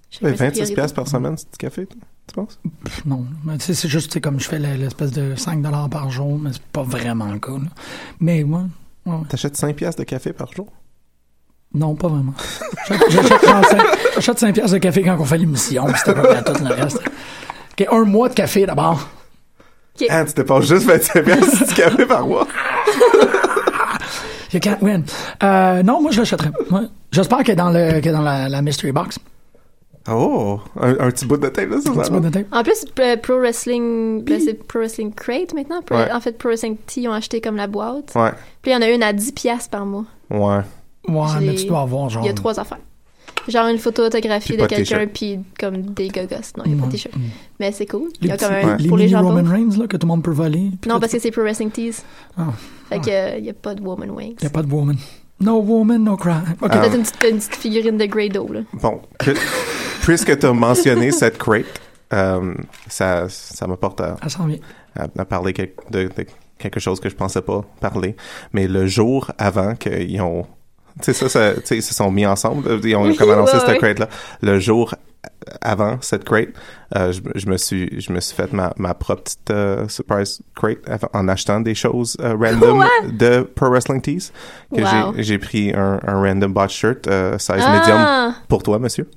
Je sais pas, c'est 26 prioritaire. piastres par semaine, c'est du café, toi, tu penses? Pff, Non, Mais tu sais, c'est juste tu sais, comme je fais le- l'espèce de 5 par jour, mais c'est pas vraiment le cas. là. Mais ouais, ouais, ouais. T'achètes 5 piastres de café par jour? Non, pas vraiment. J'ach- J'achète 35 j'achète 5 piastres de café quand on fait l'émission, puis c'est à peu près tout le reste. OK, un mois de café d'abord. Ah, tu dépenses juste 25 piastres du café par mois? You can't win. Euh, non, moi, je l'achèterais. Ouais. J'espère qu'elle est dans, le, qu'elle est dans la, la mystery box. Oh! Un, un petit bout de tape, là, ça, Un petit bout de tape. En plus, euh, Pro Wrestling, ben, c'est Pro Wrestling Crate maintenant. Pro- Ouais. En fait, Pro Wrestling T, ils ont acheté comme la boîte. Ouais. Puis il y en a une à 10 piastres par mois. Ouais. Ouais, J'ai- mais tu dois avoir genre... Il y a trois affaires. Genre une photo autographie Puis de pas de quelqu'un, t-shirt. puis comme des gogos. Non, il n'y a pas de t-shirt. Mais c'est cool. Il Les, y a petits, comme un les pour les mini gens Roman pauvres. Reigns là, que tout le monde peut voler. puis Non, que- parce que c'est Pro Wrestling Tees. Ah. Fait que, euh, il n'y a pas de Woman Wings. Il n'y a pas de woman. No woman, no crime. OK. Ah. Peut-être une, petite- une petite figurine de Grado, là. Bon, que- puisque tu as mentionné cette crate, euh, ça, ça m'apporte à, Elle s'en vient. à, à parler quel- de, de quelque chose que je pensais pas parler. Mais le jour avant qu'ils ont. Tu sais, ça, ça- tu sais, ils se sont mis ensemble. Ils ont Oui, comme annoncé ouais, cette ouais. crate-là. Le jour avant cette crate, euh, je, je me suis, je me suis fait ma, ma propre petite euh, surprise crate av- en achetant des choses euh, random Quoi? de Pro Wrestling Tees. Que Wow. j'ai, j'ai pris un, un random bot shirt euh, size Ah! medium pour toi, monsieur.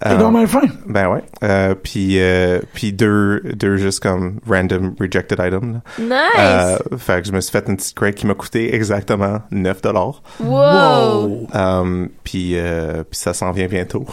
T'es Euh, donc bien fin. ben ouais. Euh, puis euh, puis deux deux juste comme random rejected items. là. Nice! Euh, fait que je me suis fait une petite crate qui m'a coûté exactement 9 dollars. wow! Oh. puis euh, puis ça s'en vient bientôt.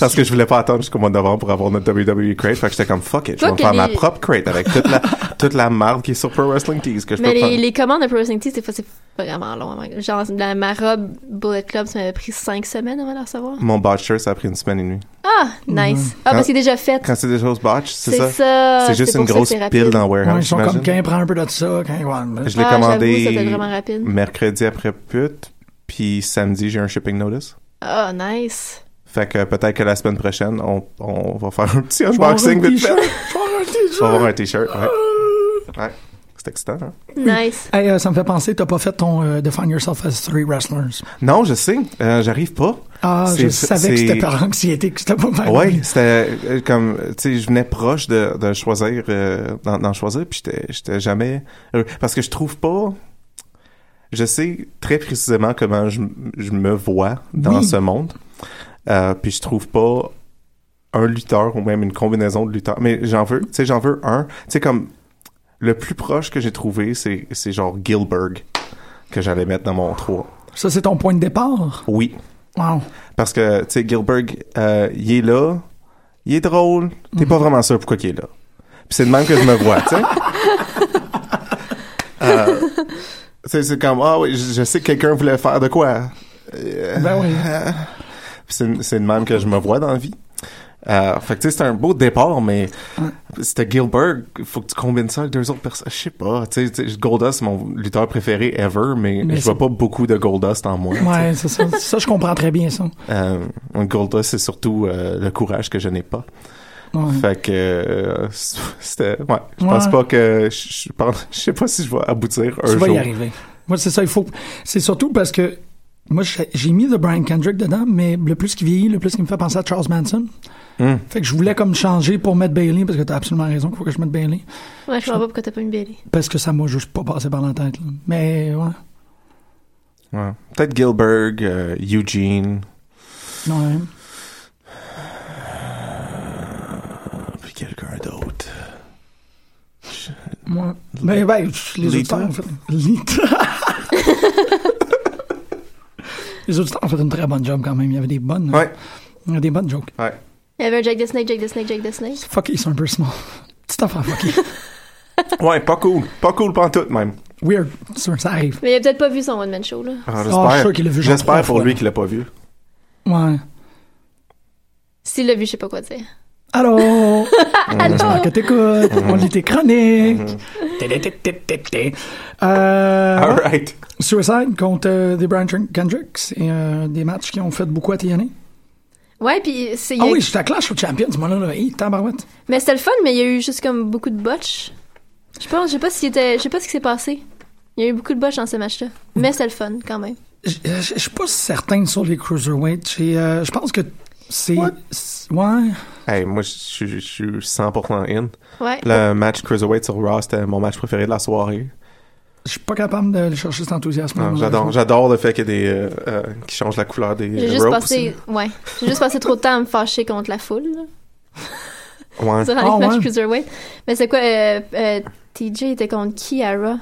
Parce que je voulais pas attendre jusqu'au mois de novembre pour avoir notre WWE crate. Fait que j'étais comme fuck it, je vais Toi me que faire ma les- propre crate avec toute la toute la marque qui est sur Pro Wrestling Tees que je Mais peux les, prendre. les commandes de Pro Wrestling Tees, des fois, c'est vraiment long. avant- Genre, la- ma robe Bullet Club, ça m'avait pris cinq semaines avant de la recevoir. Mon botcher, ça a pris une semaine et demie. Ah, nice. Ah, Mm-hmm. Quand- parce qu'il est déjà fait. Quand c'est des choses botch, c'est ça. ça. C'est juste une pour ça que grosse c'est rapide. pile dans le Ouais, warehouse. ils sont j'imagine. comme quand prend un peu de ça, quand ouais. Je l'ai Ah, commandé j'avoue, ça doit être vraiment rapide. mercredi après pute, puis samedi, j'ai un shipping notice. Ah, nice. Fait que peut-être que la semaine prochaine, on, on va faire un petit avoir unboxing un vite fait. t-shirt. Je vais avoir un t-shirt, ouais. Ouais. C'est excitant, hein? Nice. Hey, euh, ça me fait penser, t'as pas fait ton euh, Define Yourself as Three Wrestlers. Non, je sais, euh, j'arrive pas. Ah, je C'est- savais que c'est- c'était par anxiété que c'était pas mal. Ah Ouais, c'était euh, comme, tu sais, je venais proche de, de choisir, euh, d'en d'en choisir, puis j'étais- j'étais jamais... euh, Parce que je trouve pas... Je sais très précisément comment je, m- je me vois dans Oui. ce monde, euh, puis je trouve pas un lutteur ou même une combinaison de lutteurs, mais j'en veux, tu sais, j'en veux un, tu sais, comme... Le plus proche que j'ai trouvé, c'est c'est genre Gilberg, que j'allais mettre dans mon 3. Ça, c'est ton point de départ. Oui, Wow. parce que, tu sais, Gilberg, euh, il est là, il est drôle, t'es Mhm. pas vraiment sûr pourquoi il est là. Puis c'est de même que je me vois, tu sais. Euh, tu sais, c'est comme, ah oui, je, je sais que quelqu'un voulait faire de quoi. Euh, Ben oui. euh, puis c'est c'est de même que je me vois dans la vie. Euh, fait que, tu sais, c'est un beau départ, mais c'était Gilbert, faut que tu combines ça avec deux autres personnes. Je sais pas, tu sais, tu sais, Goldust, c'est mon lutteur préféré ever, mais, Mais je vois c'est- pas beaucoup de Goldust en moi. tu sais. Ouais, c'est ça. Ça, je comprends très bien ça. Euh, Goldust, c'est surtout euh, le courage que je n'ai pas. Ouais. Fait que euh, c'était. Ouais. Je pense Ouais. pas que. Je, je pense, je sais pas si je vais aboutir un Tu vas jour. y arriver. Moi, c'est ça, il faut. C'est surtout parce que moi, j'ai j'ai mis le Brian Kendrick dedans, mais le plus qu'il vieillit, le plus qu'il me fait penser à Charles Manson. Hmm. Fait que je voulais comme changer pour mettre Bailey, parce que t'as absolument raison qu'il faut que je mette Bailey. Ouais, je comprends pas pourquoi t'as pas une belle. Parce que ça m'a juste pas passé par la tête. là. Mais ouais. Ouais. Peut-être Gilberg, euh, Eugene, ouais. oh, puis quelqu'un d'autre. Ouais. Mais ben, pff, les Lita. auditeurs ont fait. Lita. les auditeurs ont fait une très bonne job quand même. Il y avait des bonnes. Ouais. Il y a des bonnes jokes. Ouais. Il y avait un Jack the Snake, Jack the Snake, Jack the Snake. Fuck, ils sont un peu small. Petite affaire, fuck. Ouais, pas cool. Pas cool pantoute, même. Weird. Ça ça arrive. Mais il a peut-être pas vu son One Man Show, là. Ah, Ah, je suis sûr qu'il l'a vu genre J'espère trois pour fois. lui qu'il l'a pas vu. Ouais. S'il l'a vu, je sais pas quoi dire. Allô? J'espère que t'écoutes. On lit tes chroniques. Té-té-té-té-té-té. Euh, Alright. Suicide contre euh, The Brian Kendrick. C'est euh, des matchs qui ont fait beaucoup à TNA. Ouais, puis c'est. il y Ah a- oui, je t'acclache au Champions, moi là. là. Hey, tabarouette. Mais c'était le fun, mais il y a eu juste comme beaucoup de botches. Je pense, je sais pas s'il était, je sais pas ce qui s'est passé. Il y a eu beaucoup de botches dans ce match-là. Mais c'était le fun, quand même. Je euh, je- je suis pas certain sur les Cruiserweights. J'ai, euh, Je pense que c'est. What? c'est- Ouais. Hey, moi, je suis je suis 100% in. Ouais. Le match Cruiserweight sur Raw, c'était mon match préféré de la soirée. Je suis pas capable de chercher cet enthousiasme. Ah, J'adore, j'adore le fait qu'il y ait des euh, euh, qui changent la couleur des J'ai des juste ropes passé, ouais. J'ai juste passé trop de temps à me fâcher contre la foule, là. aussi. Ouais. durant Ah, les matchs ouais. cruiserweight. Mais c'est quoi, euh, euh, TJ était contre qui à Raw,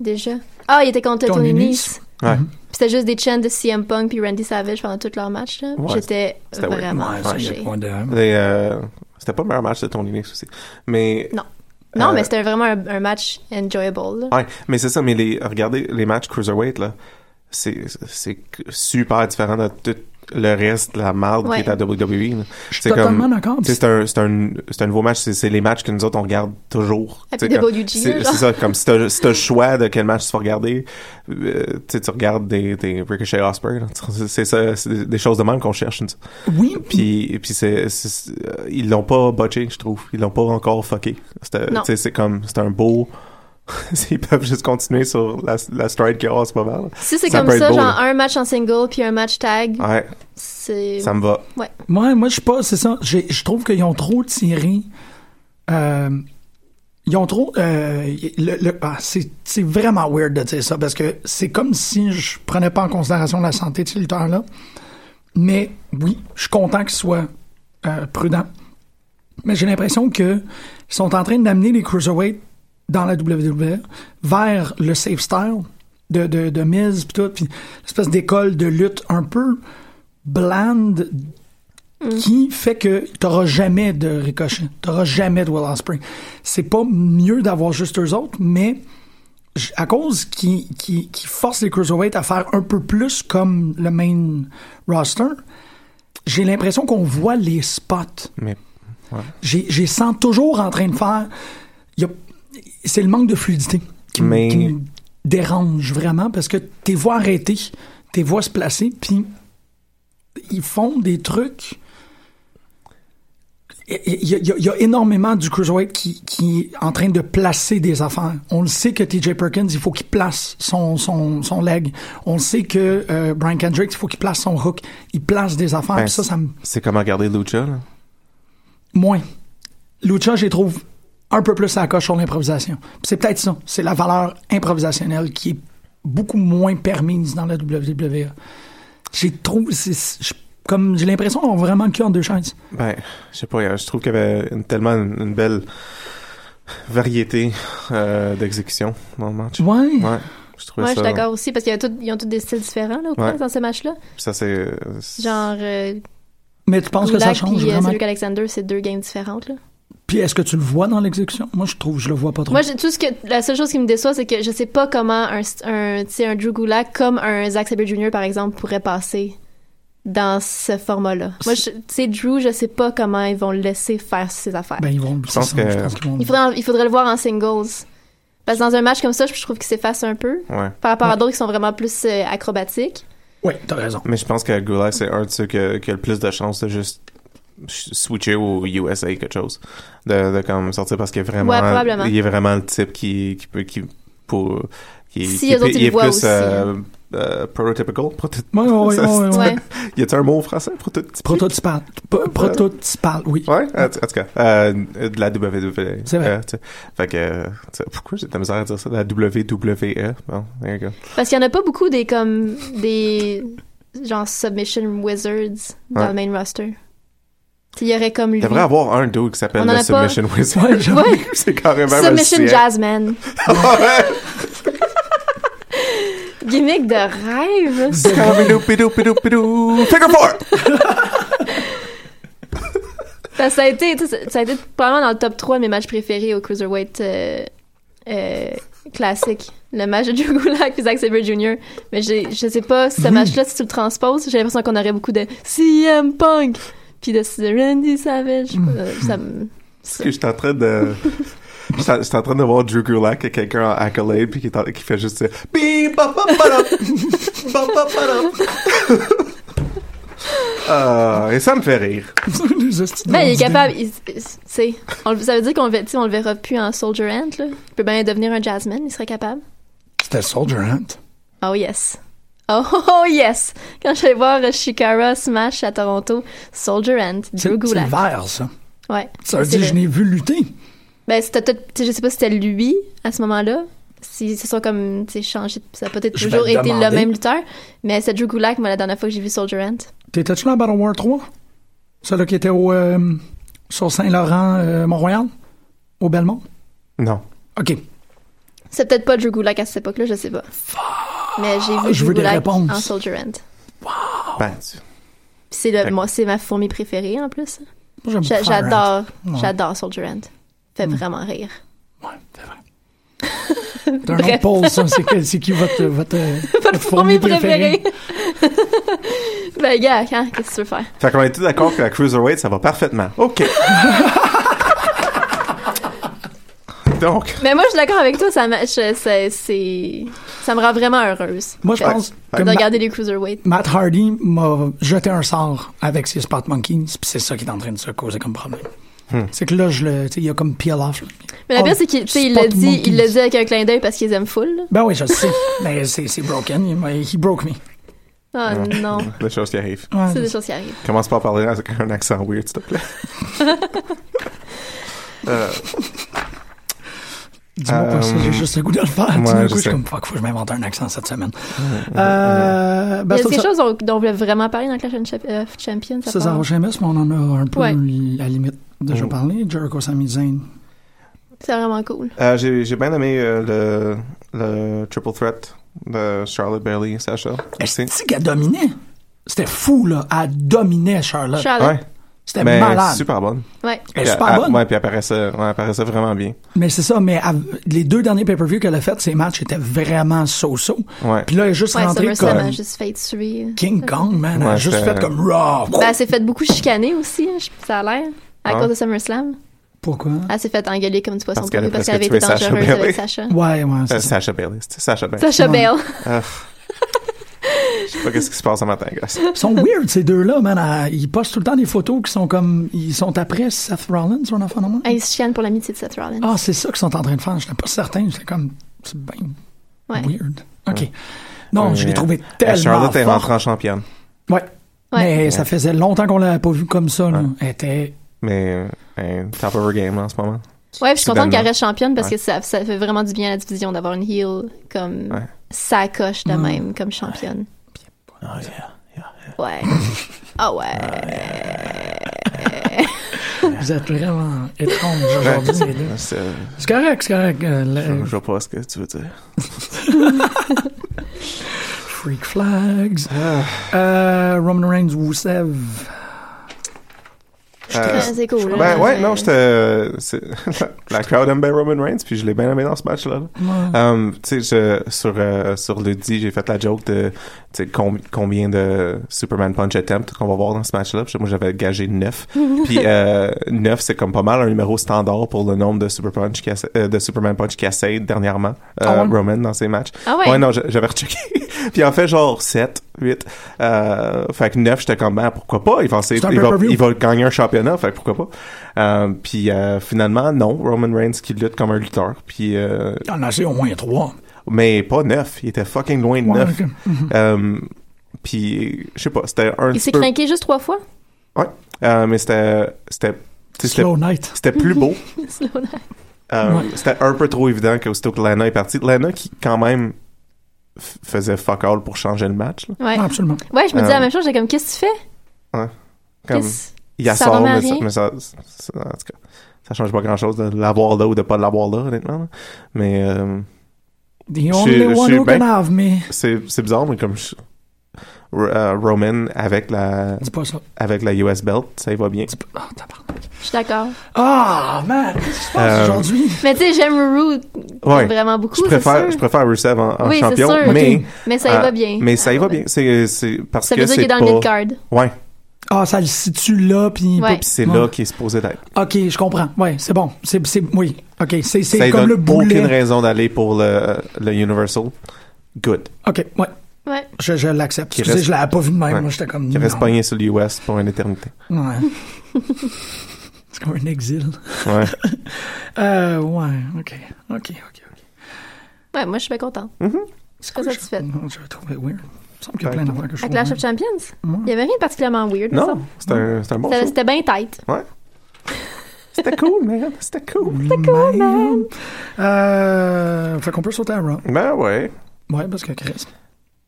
déjà? Ah, il était contre Tony Tony Nese. Nese. Ouais. Puis C'était juste des chants de CM Punk puis Randy Savage pendant tout leur match. là. Ouais, J'étais c'était weird. vraiment Ouais, ça, y a fâchée. pas de- Les, euh, c'était pas le meilleur match de Tony Nix aussi. Mais Non. Non, Euh, mais c'était vraiment un, un match enjoyable. là. ouais, mais c'est ça. Mais les regardez les matchs cruiserweight là, c'est c'est super différent de tout le reste de la marde Ouais. qui est à WWE. là. Je suis C'est comme- totalement d'accord. Tu sais, C'est un, c'est un, c'est un nouveau match, c'est- c'est les matchs que nous autres on regarde toujours. À Tu sais, PWG, comme- là, C'est E, genre. c'est ça, comme si t'as si t'as le choix de quel match tu vas regarder, euh, tu sais, tu regardes des, des Ricochet Osprey. là. C'est ça, c'est des- des choses de même qu'on cherche. nous autres. Oui, puis Puis, puis c'est, c'est- euh, ils l'ont pas botché, je trouve. Ils l'ont pas encore fucké. C'était- Non. tu sais, C'est comme, c'est un beau. ils peuvent juste continuer sur la, la stride qu'ils ont, c'est pas mal. Si c'est Ça comme peut être ça, beau, genre là. un match en single puis un match tag, Ouais, c'est. ça me va. moi, moi je suis pas, c'est ça. j'ai- Je trouve qu'ils ont trop tiré. euh, ils ont trop. euh, le- le- ah, c'est c'est vraiment weird de dire ça parce que c'est comme si je prenais pas en considération la santé de ces lutteurs-là. Mais oui, je suis content qu'ils soient euh, prudents. Mais j'ai l'impression qu'ils sont en train d'amener les cruiserweights dans la WWE vers le safe style de, de, de Miz, puis tout, puis l'espèce d'école de lutte un peu blande qui fait que t'auras jamais de Ricochet, t'auras jamais de Will Ospreay. C'est pas mieux d'avoir juste eux autres, mais j- à cause qui, qui, qui force les Cruiserweights à faire un peu plus comme le main roster, j'ai l'impression qu'on voit les spots. Mais J'ai j'ai sens toujours en train de faire. y a- C'est le manque de fluidité qui, me- Mais- qui me dérange vraiment parce que tes voix arrêter, tes voix se placer, puis ils font des trucs. Il y, a- il y a- il y a énormément du cruiserweight qui, qui est en train de placer des affaires. On le sait que TJ Perkins, il faut qu'il place son, son, son leg. On le sait que euh, Brian Kendrick, il faut qu'il place son hook. Il place des affaires. Ben, Ah, puis ça, ça me c'est comme regarder Lucha, là. moins. Lucha, je les trouve un peu plus à la coche sur l'improvisation. Puis C'est peut-être ça. C'est la valeur improvisationnelle qui est beaucoup moins permise dans la WWE. J'ai trop. c'est- c'est- je- Comme j'ai l'impression qu'on a vraiment le cul en deux chaises. Ben, je sais pas, euh, je trouve qu'il y avait une- tellement une, une belle variété euh, d'exécution dans le match. Ouais. Ouais, je trouvais Ouais, je ça. suis d'accord aussi parce qu'ils ont tous des styles différents là, au point, Ouais. dans ces matchs-là. Ça, c'est. euh, c'est- Genre, euh, Mais tu penses que ça Gulak change puis euh, vraiment? Cedric Alexander, c'est deux games différentes. Là. Puis est-ce que tu le vois dans l'exécution? Moi, je trouve que je le vois pas trop. Moi, j'ai- tout ce que, la seule chose qui me déçoit, c'est que je sais pas comment un, un, tu sais, un Drew Gulak comme un Zack Sabre Jr., par exemple, pourrait passer dans ce format-là. Moi, je- tu sais, Drew, je sais pas comment ils vont le laisser faire ses affaires. ben, ils vont Je pense c'est ça, que- je pense qu'ils vont- il, faudrait, il faudrait le voir en singles. Parce que dans un match comme ça, je je trouve qu'il s'efface un peu Ouais. par rapport à d'autres qui sont vraiment plus euh, acrobatiques. Ouais, t'as raison. Mais je pense que Goulag, c'est un de ceux qui a, qui a le plus de chances de juste ch- switcher au USA quelque chose de, de comme sortir parce qu'il est vraiment Ouais, probablement. il est vraiment le type qui qui peut qui pour qui, est- Si qui les est- autres, ils il le est voient plus aussi. euh, euh, prototypical proto- Ouais, ouais, ouais, Ça, ouais, c'est- ouais. Ouais. y a-t-il un mot français prototypique Prototypal. P- Prototypal, oui. Ouais, en tout en tout cas, euh, de la WWE. C'est vrai. Euh, tu sais. fait que, euh, tu sais, pourquoi j'ai de la misère à dire ça? La WWE. Bon, there you go. Parce qu'il y en a pas beaucoup des comme des genre submission wizards dans Ouais. le main roster. Il y aurait comme lui. Il devrait avoir un dude qui s'appelle On en le a pas. Submission Wizard. Ouais, j'avoue. c'est carrément Submission un hein. Jazzman. jazz. Gimmick de rêve. Scooby-Doo, pidou, pidou, pidou. Figure four! Parce que ça a été, tu sais, ça a été probablement dans le top 3 de mes matchs préférés au Cruiserweight euh, euh, classique. Le match de Drew Gulak et Zack Sabre Jr. Mais j'ai- je sais pas, ce match-là, si tu le transposes, j'ai l'impression qu'on aurait beaucoup de CM Punk puis de Randy Savage. Hmm. Euh, ça me- Parce que j'étais en train de. J'étais j'étais en train de voir Drew Gulak et quelqu'un en accolade puis qui, est en- qui fait juste. euh, Bip, bop, bop, bop, bop, bop, bop. Ah, et ça me fait rire. Les hosties de Ben, il est bonnes capable. il- il- c'est- on le- ça veut dire qu'on le- tu sais, on le verra plus en Soldier Ant. Là. Il peut bien devenir un Jasmine, il serait capable. idées. C'était Soldier Hunt. Oh yes. Oh, oh, oh, yes! Quand j'allais voir euh, Shikara Smash à Toronto, Soldier Ant, C'est Drew c'est Gulak. vert, ça. Ouais. Ça veut C'est dire le- je n'ai vu lutter. Ben, c'était peut-être. tu sais, Je sais pas si c'était lui à ce moment-là. Si ce soit comme. Tu sais, changé. Ça a peut-être Je vais toujours te été demander. le même lutteur. Mais c'est Drew Gulak, moi, la dernière fois que j'ai vu Soldier Ant. T'étais-tu dans Battle War 3? Celui qui était au, euh, sur Saint-Laurent, euh, Mont-Royal? Au Belmont? Non. OK. C'est peut-être pas Drew Gulak à cette époque-là, je sais pas. Mais j'ai vu Je Drew veux des Gulak réponses. en Soldier Ant. Ben, tu- Puis c'est le, Fait- moi, c'est ma fourmi préférée en plus. Moi, j'aime J'a- Fire Ant. J'adore, Ouais. Mm. j'adore Soldier Ant. Fait vraiment rire. Ouais, c'est vrai. C'est un autre Bref. pôle, ça. C'est que- C'est qui votre, votre, euh, Votre fourmi préférée. Ben, gars, hein, qu'est-ce que tu veux faire? Fait qu'on est tous d'accord que la Cruiserweight, ça va parfaitement. OK. Donc, Mais moi, je suis d'accord avec toi, ça, m'a- je- ça, c'est- ça me rend vraiment heureuse. Moi, je Fait- pense que De Ma- regarder les cruiserweight. Matt Hardy m'a jeté un sort avec ses Spot Monkeys, puis c'est ça qui est en train de se causer comme problème. C'est que là, je le, tu sais, il y a comme peel off. là. Mais la Oh, pire, c'est qu'il tu sais, il Spot l'a dit, Monkeys. il l'a dit avec un clin d'œil parce qu'ils aiment full. là. Ben oui, je le sais. Mais c'est c'est broken. Il m'a- He broke me. Ah Ouais. non, les choses qui arrivent. Ouais, c'est des choses qui arrivent. Commence pas à parler avec un accent weird, s'il te plaît. Euh, Dis-moi pas ça, Euh, j'ai juste le goût de le faire. ouais, Dis-moi, je je suis sais. comme fuck, faut que je m'invente un accent cette semaine. Euh, ben, il y ça, a des ça, choses dont, dont on voulait vraiment parler dans Clash of Champ- euh, Champions. ça, ça part. va jamais, mais on en a un peu Ouais. à la limite déjà Mm. parlé. Jericho Sami Zayn. C'est vraiment cool. euh, J'ai j'ai bien aimé euh, le, le Triple Threat de Charlotte Bailey et Sasha. aussi. Est-ce qu'elle dominait? C'était fou, là. Elle dominait Charlotte. Charlotte. Ouais, C'était mais malade. Ben, super bonne. Ouais. Elle est Puis super elle- bonne. Ouais, puis elle paraissait, ouais, elle paraissait vraiment bien. Mais c'est ça, mais elle- les deux derniers pay-per-view qu'elle a fait, ses matchs étaient vraiment so-so. Ouais. Puis là, elle est juste Ouais, rentrée SummerSlam comme a juste fait tuer. King Kong, man. elle a Ouais, juste c'était- fait comme Raw. Ben, elle s'est fait beaucoup chicaner aussi, hein, je- ça a l'air. À Ah. cause de SummerSlam. Pourquoi? Elle s'est fait engueuler comme du poisson Parce pourri qu'elle a presque parce qu'elle avait été tué Sacha dangereuse Bailey. avec Sacha. Ouais, ouais, Euh, c'est ça. Sasha Bailey, c'était Sasha Bailey. Sacha Ouais. Bell. Ah. Je sais pas qu'est-ce qui se passe ce matin, guys. Ils sont weird, ces deux-là, man. Elle- Ils postent tout le temps des photos qui sont comme. Ils sont après Seth Rollins, on enfant de moi. Elle se chicane pour l'amitié de Seth Rollins. Ah, c'est ça qu'ils sont en train de faire. J'étais pas certain. J'étais comme. C'est bien Ouais. weird. OK. Non, je l'ai Ouais. trouvé Euh, tellement. Charlotte est forte. rentrée en championne. Ouais. Ouais. Mais ça faisait longtemps qu'on l'avait pas vue comme ça, là. Ouais. Elle était. Mais euh, top of her game là, en ce moment. Ouais, puis je suis contente Soudainement. qu'elle reste championne parce Ouais. que ça, ça fait vraiment du bien à la division d'avoir une heel comme Ouais. sacoche Mm. de même comme championne. Oh, Ouais. Ah ouais. Euh, Vous êtes vraiment étranges aujourd'hui, les deux. C'est- C'est correct, c'est correct. euh, le- Je, je vois pas ce que tu veux dire. Freak Flags. Ah. Euh, Roman Reigns, Rusev. Euh, Ah, c'est cool. là. ben ouais, C'est- non, j'étais. euh, c'est- la crowd aime bien Roman Reigns, puis je l'ai bien aimé dans ce match-là. là. Um, tu sais, je- sur, euh, sur le dit, j'ai fait la joke de tu sais, com- combien de Superman Punch Attempt qu'on va voir dans ce match-là. Puis Moi, j'avais gagé 9. Puis euh, 9, c'est comme pas mal un numéro standard pour le nombre de, Super Punch qui essa- euh, de Superman Punch qui essaye dernièrement euh, Ah ouais? Roman dans ses matchs. Ah ouais? non, j'a- j'avais rechecké. Puis en fait, genre 7, 8. Euh, fait que 9, j'étais comme, ben, pourquoi pas? Il va, essayer- C'est un il va, pay-per-view. il va gagner un championnat, fait que pourquoi pas? Euh, puis euh, finalement, non, Roman Reigns qui lutte comme un lutteur. Puis euh, Il y en a assez Ah, au moins trois. mais pas neuf. Il était fucking loin de Ouais, neuf. ok. Euh, puis, je sais pas, c'était un Il petit s'est peu... craqué juste trois fois. Ouais. Euh, mais c'était... C'était... tu sais, c'était- Slow Night. C'était plus beau. Slow down. Euh, Ouais. C'était un peu trop évident qu'aussitôt que Lana est partie... Lana qui, quand même, f- faisait fuck all pour changer le match. là. ouais. Absolument. Ouais, je me disais Euh, la même chose. J'étais comme, qu'est-ce que tu fais? Comme, Qu'est-ce- il y a ça sort, remet à mais, ça, rien. mais ça, ça- En tout cas, ça change pas grand-chose de l'avoir là ou de pas l'avoir là, honnêtement. là. Mais... euh, The only je one suis who ben- can have me. c'est c'est bizarre, mais comme... je- R- euh, Roman avec la Dis pas ça. avec la US belt, ça y va bien. Dis pas- Ah, tabarnak. Je suis d'accord. Ah, man, qu'est-ce qui se passe Euh, aujourd'hui? Mais tu sais, j'aime Ruru Ouais. vraiment beaucoup. Je c'est préfère, sûr. je préfère Rusev en, en Oui, c'est champion, sûr. mais, Mais ça y euh, va bien. mais ça y va Ah, bien. C'est, c'est parce Ça que veut dire c'est qu'il est dans pas... le mid-card. Ouais, Ah, ça le situe là, puis... Ouais. puis c'est Ouais. là qu'il est supposé d'être. OK, je comprends. Ouais, c'est bon. C'est, c'est, oui, OK, c'est, Ça c'est lui comme donne le aucune boulet. raison d'aller pour le, le Universal. Good. OK, ouais, Ouais. je, je l'accepte. Qui Excusez, reste- je l'avais pas vu de même. Ouais. Moi, j'étais comme... Qui reste non. pogné sur l'US pour une éternité. Ouais. c'est comme un exil. Ouais. Euh, ouais, OK, OK, OK. ok. Ouais, moi, je suis bien contente. C'est Très quoi, satisfaite. Je, je trouvais weird. Il me semble qu'il y a Ouais. plein d'affaires que je À trouve Clash weird. of Champions, il y avait rien de particulièrement weird. me non, semble. c'est un, c'est un bon Ça- show. C'était bien tight. Ouais. C'était cool, man. C'était cool. Mm. Man. Euh, fait qu'on peut sauter à Raw. Ben ouais. Ouais, parce que Chris.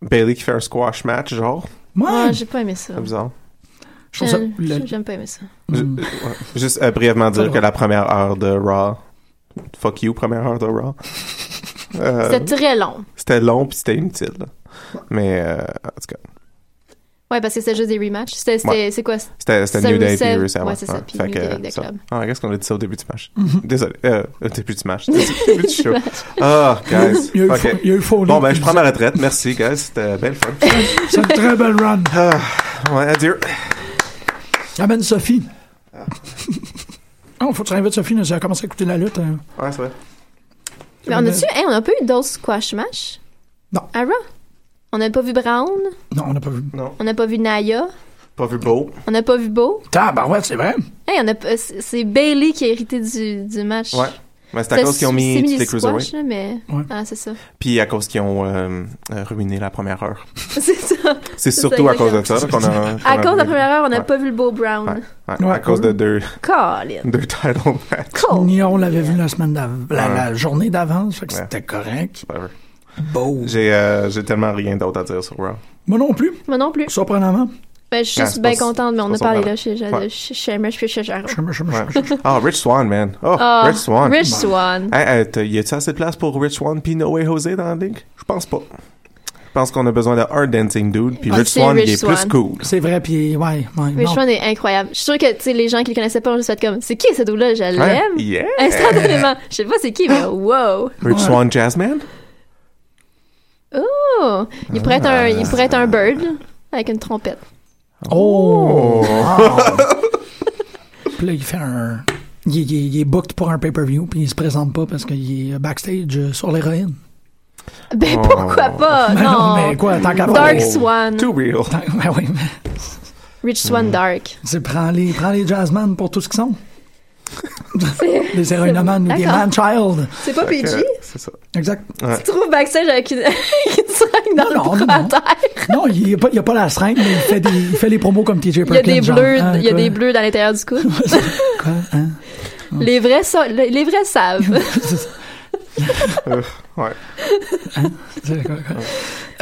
Bailey qui fait un squash match, genre. Moi, Ouais, je j'ai pas aimé ça. C'est bizarre. trouve ça. J'aime- le- J'aime pas aimer ça. Ju- Mm. ouais. Juste euh, brièvement Pas dire que drôle. la première heure de Raw... Fuck you, première heure de Raw. Euh, C'était très long. C'était long puis c'était inutile. là. Mais euh, en tout cas, Ouais, parce que c'était juste des rematchs. C'était, c'était- Ouais. c'est quoi? c'est- c'était, c'était Ça, New Day Rusev- puis Rusev. ouais, c'est ça, puis New Day avec des ça. clubs. Mm-hmm. Ah, qu'est-ce qu'on a dit ça au début du match? Désolé. Euh, au début du match. Au début du show. Ah, guys. Il y a eu Ok. ben, fo- il y a eu Foley. Bon, ben, je prends ma retraite. Merci, guys. C'était belle fun. C'est une très belle run. Ah, Ouais, adieu. Amène Sophie. oh, faut que tu invites Sophie, là, j'ai commencé à écouter la lutte. hein. Ouais, c'est vrai. Mais on a-tu. Hey, on a pas eu d'autres squash match? Non. À Raw? On n'a pas vu Brown, Non, on n'a pas vu. on n'a pas vu Naya, Pas vu beau. on n'a pas vu Beau. Tabarouette, c'est vrai. Hey, on a pas- c'est c'est Bailey qui a hérité du, du match. Ouais. Mais c'est à cause qu'ils ont mis toutes les cruiserweights. squash, là, mais... Ouais. Ah, c'est ça. Puis à cause qu'ils ont euh, euh, ruiné la première heure. C'est ça. C'est ça, surtout à cause de exactement. ça qu'on a. qu'on À a cause de la vu. première heure, on n'a Ouais. pas vu le beau Brown. Ouais. Ouais, Ouais, à cause de deux, Colin. deux title match. Cool. Ni on l'avait vu la semaine d'avant, la, Ouais. la journée d'avant, ça fait que Ouais. c'était correct. Whatever. Beau. J'ai euh, j'ai tellement rien d'autre à dire sur Raw. Moi non plus, Moi non plus. surprenamment. Ben, je suis Ah, juste c'est bien pas- contente, mais c'est on pas a parlé ça, là chez chez- Ouais. chez Sheamus puis chez Jarrett. Je- je- je- Ouais. je- je- Ah, Rich Swan, man. Oh, Ah, Rich Swan. Rich Swan. Hey, euh, t'as- y a-tu assez de place pour Rich Swan puis Noé Jose dans la ligue? Je pense pas. Je pense qu'on a besoin de hard dancing dude, puis Ah, Rich c'est Swan, Rich il est plus Swan. cool. C'est vrai, puis ouais, ouais. Rich non. Swan est incroyable. Je suis sûre que tu sais, les gens qui le connaissaient pas ont juste fait comme C'est qui ce double-là Je l'aime. Hein? Yeah! Instantanément. Je sais pas c'est qui, mais wow. Rich Swan Jazzman? Oh. Il pourrait être un, il pourrait être un bird là, avec une trompette. Oh! wow. puis là, il fait un. Il, il- il est booked pour un pay-per-view, puis il se présente pas parce qu'il est backstage euh, sur l'héroïne. Ben Oh. pourquoi pas Ben Non. mais quoi, tant qu'à Dark faire- Swan. Too real. Tant- Ben oui, mais Rich Hmm. Swan Dark. c'est- prends les, prends les jazzmen pour tout ce qu'ils sont. des héroïnomanes ou des D'accord. man-child. C'est pas PG C'est ça. Exact. Tu te trouves backstage avec une, avec une seringue dans Non, non, le non, bras à non. terre. Non, il n'y a, pas- il y a pas la seringue, mais il fait, des, il fait les promos comme TJ Il y Perkins. a des genre, bleus, hein, il y a quoi, des bleus dans l'intérieur du cou. quoi, hein. Les vrais, sa- les vrais savent. Euh, ouais. C'est quoi, quoi.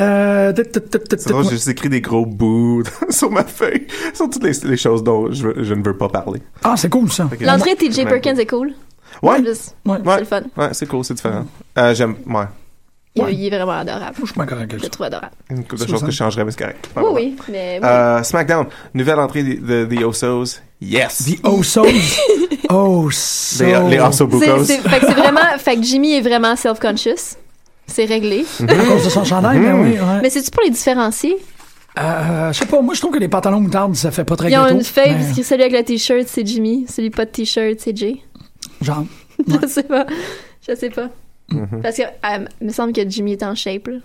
Euh, tut, tut, tut, tut, C'est drôle, tut, j'ai juste écrit des gros bouts sur ma feuille. Sur toutes les, les choses dont je, veux- je ne veux pas parler. Ah, c'est cool ça. Fait que- L'entrée de TJ Perkins est cool. Ouais. En plus, Ouais. C'est le fun. Ouais, c'est cool, c'est différent. Euh, J'aime. Ouais. Il, Ouais. il est vraiment adorable. Je suis pas correct avec Je le ça. trouve adorable. Une couple de Sous- choses que je changerais, mais c'est correct. Oui, oui, mais oui. Euh, SmackDown, nouvelle entrée de The Osos. Yes! The Oh Osos. Osos. Les, les Osso C'est- Bucos. c'est- fait que c'est vraiment, fait que Jimmy est vraiment self-conscious. C'est réglé. À cause de son chandail, Mhm. ben oui. ouais. Mais c'est-tu pour les différencier? Euh, je sais pas, moi je trouve que les pantalons moutarde, ça fait pas très Ils ont ghetto, une feuille, mais parce que celui avec le t-shirt, c'est Jimmy. Celui pas de t-shirt, c'est Jay. Genre, Je sais pas. Je sais pas. Mm-hmm. Parce que, euh, il me semble que Jimmy est en shape, là.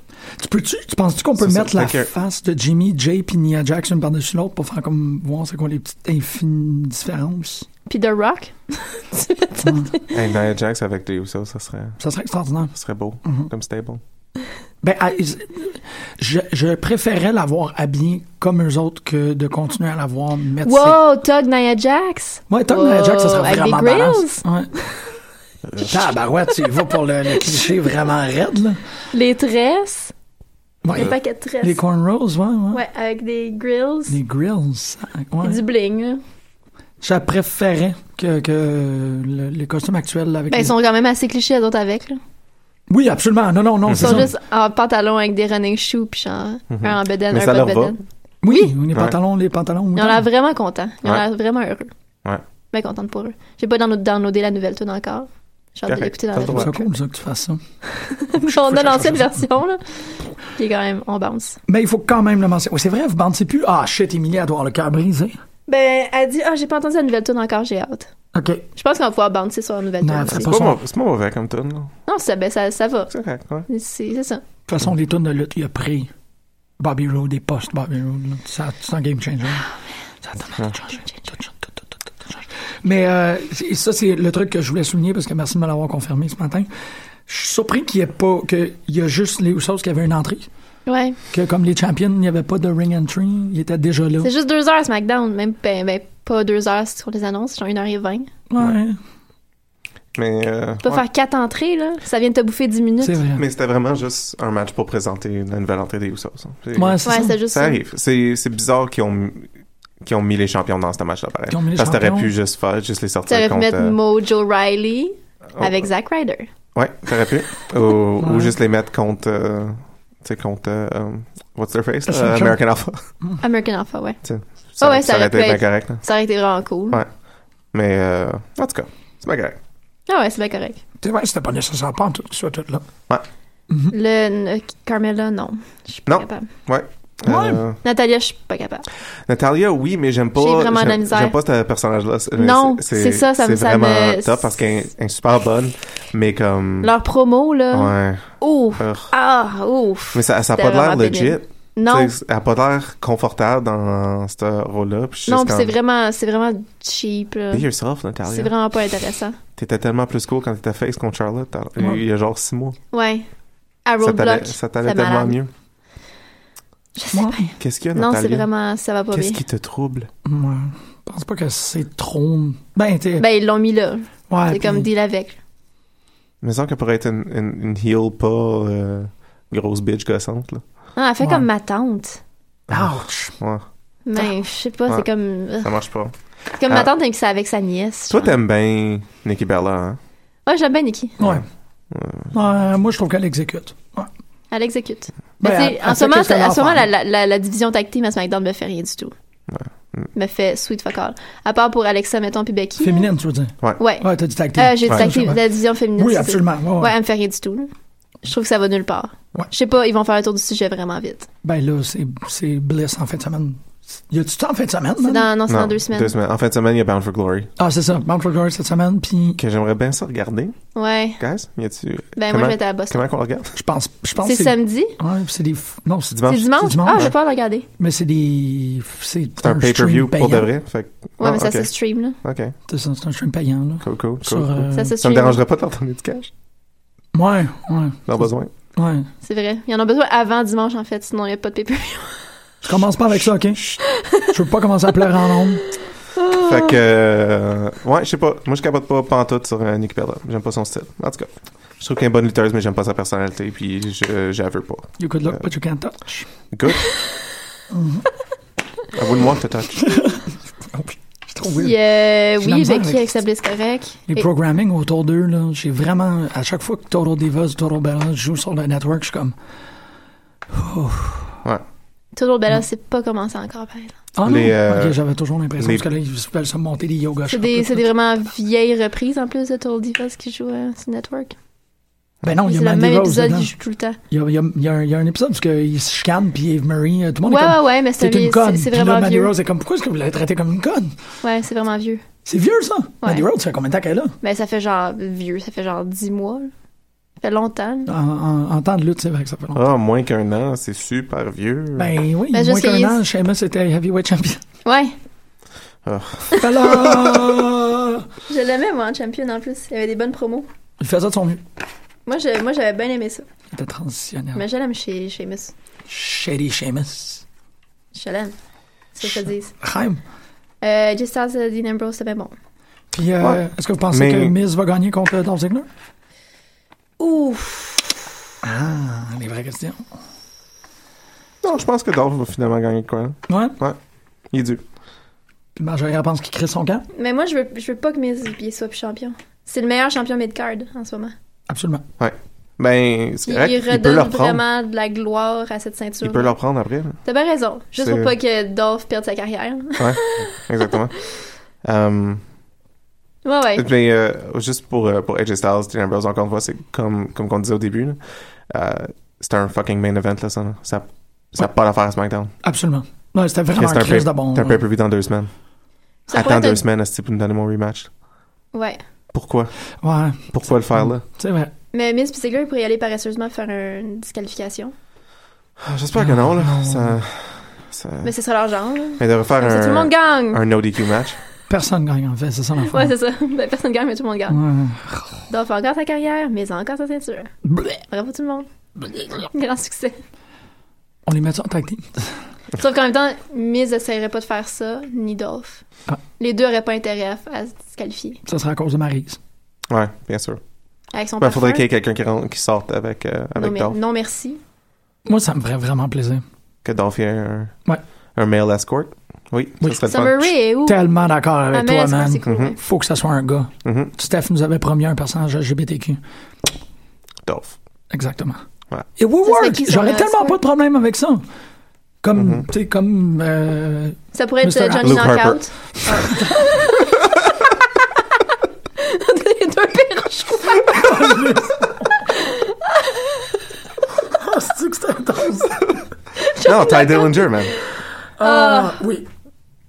tu peux-tu, tu penses-tu qu'on peut C'est ça, mettre la fait que- face de Jimmy, Jay puis Nia Jackson par-dessus l'autre pour faire comme voir c'est quoi les petites infinies différences? Puis The Rock. Hey, Nia Jax avec The Usos, ça serait, Ça serait extraordinaire. ça serait beau Mm-hmm. comme stable. Ben, à- je, je préférais l'avoir habillé comme eux autres que de continuer à l'avoir mettre ses- Wow, Tug Nia Jax. Ouais, Tom Nia Jax, ça Wow, serait avec vraiment des grills. badass. Ouais. Euh, Tabarouette, tu y vas pour le, le cliché vraiment raide, là. Les tresses. Ouais. Un paquet de tresses. Les cornrows, ouais, ouais. Ouais, avec des grills. Les grills, ça- ouais. Et du bling, là. Je la préférais que, que le- les costumes actuels là, avec Ben, les- ils sont quand même assez clichés, les autres, avec. Ah, Là. Oui, absolument. Non, non, non, Ils c'est sont ça. juste en pantalon avec des running shoes, puis genre, un en bedaine, Mhm. Mais un ça pas de leur va. bedaine. Oui, les Oui. Ouais. pantalons, les pantalons. Ils oui. ont l'air vraiment contents. Ils ont Ouais. l'air vraiment heureux. Ouais. Ben contente pour eux. J'ai pas download- downloadé la nouvelle tune encore. J'ai hâte de Correct. l'écouter dans T'as la le droit. C'est cool, ça, que tu fasses ça. On a l'ancienne version, là. Qui est quand même, on bounce. Mais il faut quand même le mentionner. Oui, c'est vrai, vous bantez plus. Ah, shit, Emilie, elle doit avoir le cœur brisé. Ben, elle dit, ah, j'ai pas entendu la nouvelle tune encore, j'ai hâte. OK. Je pense qu'on va pouvoir bouncer sur la nouvelle Non, tune. elle ferait aussi. pas C'est ça. pas, De mau- c'est pas mauvais comme tune, là. Non, ça, ben, ça, ça va. C'est correct, ouais. C'est c'est ça. toute façon, les tunes de lutte, il a pris Bobby Roode et post-Bobby Roode. là. Ça- C'est un game changer. Ah, Ça a tellement tout changé. Tout, tout, tout, tout, tout, tout changé. Mais euh, c'est- ça, c'est le truc que je voulais souligner parce que merci de me l'avoir confirmé ce matin. Je suis surpris qu'il y ait pas, qu'il y a juste les Usos qui avaient une entrée. Ouais. que comme les champions, il n'y avait pas de ring entry, il était déjà là. C'est juste deux heures SmackDown. Même, ben, ben, pas deux heures sur les annonces, genre une heure et vingt. Ouais, Mais, euh, Tu peux ouais. faire quatre entrées, là. Ça vient de te bouffer dix minutes. c'est vrai. mais c'était vraiment juste un match pour présenter la nouvelle entrée des Usos. hein. C'est- Ouais, c'est Ouais, ça. c'est juste ça ça. arrive. C'est c'est bizarre qu'ils ont, qu'ils ont mis les champions dans ce match-là, pareil. Qu'ils ont mis les Parce que t'aurais champions. pu juste faire, juste les Tu sortir aurais pu contre... mettre euh, Mojo Riley oh, avec Zack Ryder. Ouais, t'aurais pu. ou, ou Ouais. juste les mettre contre... euh, tu sais, contre... euh, um, what's their face? là? Ascension. American Alpha. American Alpha, ouais. Ça, ouais, ça aurait aurait pu été bien être- correct, là. Ça aurait été vraiment cool. Ouais. Mais, euh, en tout cas, c'est pas correct. Ah ouais, c'est bien correct. C'est vrai, c'était pas nécessaire pas en tout, soit tout là. Le, n- Carmella, non. Je suis pas Non. capable. Ouais. Ouais. Euh, Natalia, je suis pas capable. Natalia, oui, mais j'aime pas. J'ai vraiment de la j'aime- misère. J'aime pas ce personnage-là. C'est- Non, c'est ça, ça C'est me- ça me- vraiment top parce qu'elle est- elle est super bonne, mais comme. Leur promo, là. Mm. Ouais. Ouf. Ugh. Ah, ouf. Mais ça n'a C'était pas l'air vraiment legit. pénible. Non, Tu sais, Elle n'a pas l'air confortable dans ce rôle-là. puis je suis non, juste puis c'est comme, vraiment, c'est vraiment cheap, là. Be yourself, Natalia. C'est vraiment pas intéressant. T'étais tellement plus cool quand t'étais face contre Charlotte alors- Ouais. il y a genre six mois. Ouais. À Ça Roadblock. t'allait, ça t'allait c'est tellement malade. mieux. Je sais Ouais. pas. Qu'est-ce qu'il y a, Non, c'est Natalia? vraiment, ça va pas bien. Qu'est-ce qui te trouble? Moi, je pense pas que c'est trop. Ben, t'es. Ben, ils l'ont mis là. ouais, C'est Ah, puis- comme deal avec. Il me semble qu'elle pourrait être une, une, une heel pas euh, grosse bitch gossante. Là. Ah, elle fait Ouais. comme ma tante. Ouch! Ouais, Ah. Mais je sais pas, Ouais. c'est comme. euh, ça marche pas. c'est comme ma tante avec sa, avec sa nièce. Toi, genre. t'aimes bien Nikki Bella, hein? Ouais, j'aime bien Nikki. Ouais. Ouais, euh, moi, je trouve qu'elle exécute. Ouais. Elle exécute. Ben, Mais tu sais, elle- elle en fait ce moment, qu'est-ce qu'elle en a ce moment, à la, faire. la, la, la division tag team à SmackDown me fait rien du tout. Mm. Me fait sweet fuck all. À part pour Alexa, mettons, puis Becky. Féminine, tu veux dire? Ouais. Ouais, t'as dit tag team. Euh, J'ai dit Ouais. tag team, la division féminine. Oui, c'est ça. absolument. ouais, ouais. Ouais, elle me fait rien du tout. là. Je trouve que ça va nulle part. Ouais. Je sais pas, ils vont faire un tour du sujet vraiment vite. Ben là, c'est- c'est Bliss en fin de semaine. Y a-tu ça en fin de semaine? C'est man? dans, non, c'est Non, dans deux semaines. En fin de semaine, il y a Bound for Glory. Ah, c'est ça. Mount Regard cette semaine, puis Que j'aimerais bien ça regarder. Ouais. Guys, y a-tu. Ben, Comment- moi, je vais être à Boston. Comment qu'on le regarde? je pense, je pense C'est que samedi? Ouais, puis c'est des. f- Non, C'est c'est dimanche. C'est dimanche? c'est dimanche, Ah, je ouais. vais pas le regarder. Mais c'est des. C'est C'est un stream pay-per-view payant. pour de vrai. Fait que- Ouais, Ah, mais ça ok. se stream, là. Ok, C'est ça, c'est un stream payant, là. cool, cool, cool. Sur, euh, Ça se Ça me stream. dérangerait pas de leur donner du cash. Ouais, ouais, J'en ai besoin. ouais. C'est vrai. Ils en ont besoin avant dimanche, en fait, sinon il n'y a pas de pay-per-view. Je commence pas avec ça, ok? Je veux pas commencer à pleurer en nombre. Fait que, euh, ouais, je sais pas. Moi, je capote pas pantoute sur euh, Nikki Bella. J'aime pas son style. En tout cas, je trouve qu'elle est une bonne lutteuse, mais j'aime pas sa personnalité, puis je, je la veux pas. You could look, but you can't touch. Good. I wouldn't want to touch. C'est trop Puis, weird. euh, J'ai de la oui, misère Becky avec- avec sa blesse correcte. Les programming autour d'eux, là, j'ai vraiment. À chaque fois que Total Divas, Total Balance joue sur le network, je suis comme. Toujours Mm. Bella, c'est pas commencé encore, par exemple. Ah non! Les, euh, Ok, j'avais toujours l'impression, les- parce que là, ils veulent se monter des yoga C'est shops, des, là. c'est des vraiment vieilles reprises, en plus, de Total Divas qui joue euh, sur Network. Ben non, il y C'est a le Mandy même Rose épisode dedans. qu'ils jouent tout le temps. Il y a, il y a- il y a un- il y a un épisode où ils se chicanent, puis Eve Marie, euh, tout le monde Ouais, est comme. ouais, ouais, mais c'est un T'es vieil- une conne. c'est- c'est Puis là, vraiment Mandy vieux. Rose est comme, pourquoi est-ce que vous l'avez traitée comme une conne? Ouais, c'est vraiment vieux. C'est vieux, ça! Mandy Rose, ça fait combien de temps qu'elle est là? Ben, ça fait genre vieux, ça fait genre 10 mois. là. Ça fait longtemps. là. En, en- en temps de lutte, c'est vrai que ça fait longtemps. Ah, moins qu'un an, c'est super vieux. Ben oui, Ben, moins juste qu'ils- qu'un an, Sheamus était heavyweight champion. Ouais. Alors, euh, Je l'aimais, moi, en champion, en plus. Il y avait des bonnes promos. il faisait de son mieux. Moi, je- moi, j'avais bien aimé ça. Il était Ah. transitionnaire. Mais je l'aime chez, chez Miss. Shady Sheamus. Je l'aime. C'est ce que je dis. Chaim. Euh, Just as euh, Dean Ambrose, c'était bien bon. Puis, euh, Ouais. est-ce que vous pensez Mais- que Miz va gagner contre Dolph Ziggler? Ouf! Ah, les vraies questions. Non, je pense que Dolph va finalement gagner de quoi. là. Ouais. Il est dû. Puis Marjorie pense qu'il crée son camp. Mais moi, je veux, je veux pas que Miz il soit plus champion. C'est le meilleur champion mid-card en ce moment. Absolument. Ben, c'est Il, correct. il il peut leur redonne prendre. vraiment de la gloire à cette ceinture. Il peut leur prendre après. là. T'as bien raison. Juste C'est- pour pas que Dolph perde sa carrière. Ouais, exactement. Um, ouais, ouais. Mais euh, juste pour, euh, pour AJ Styles, Dean Ambrose, encore une fois, c'est comme, comme on disait au début, là, euh, c'était un fucking main event, là, ça. là. Ça n'a pas d'affaire à SmackDown. Absolument. Non, c'était vraiment C'est un un crise pay- de bon. T'as un ouais. pay-per-view dans deux semaines. Ça pourrait Attends être deux un- semaines, est-ce que tu peux me donner mon rematch? Ouais. Pourquoi? Ouais, Pourquoi le faire, là? c'est vrai. Mais Miz puis Ziggler, il pourrait y aller paresseusement faire une disqualification. Ah, J'espère que non, là. Ça, ça- Mais ce serait leur genre. là. Mais de refaire Comme ça, tout le monde Ah. un, gagne! un no-DQ match. Personne gagne, en fait, c'est ça l'affaire. Ouais, c'est ça. Ben, personne gagne, mais tout le monde gagne. Ouais. Dolph a encore sa carrière, mais encore sa ceinture. Bleh. Bravo tout le monde. Grand succès. On les met ça en tag team. Sauf qu'en même temps, Miz essaierait pas de faire ça, ni Dolph. Ah. Les deux auraient pas intérêt à, à se disqualifier. Ça sera à cause de Maryse. Ouais, bien sûr. Avec son Il parfum. faudrait qu'il y ait quelqu'un qui, rentre- qui sorte avec, euh, non, avec mais- Dolph. non, merci. Moi, ça me ferait vraiment plaisir. Que Dolph ait un, Ouais. un male escort. Oui, Oui. ça serait Summer le fun. Rae est où? Tellement d'accord Ah, avec mais toi, est-ce que man. c'est cool, ouais. Faut que ça soit un gars. Mhm. Steph nous avait promis un personnage LGBTQ. Dolph. Exactement. Ouais. It will Ça serait work. qui, ça, J'aurais le tellement soir? pas de problème avec ça. Comme, Mhm. tu sais, comme, euh, Ça pourrait être Mr. euh, Johnny Luke Harper. Knockout. Ouais. Les deux pires choix. Ah, c'est-tu que c'était intense? Je Non, Ty Dillinger, man. Ah, oui.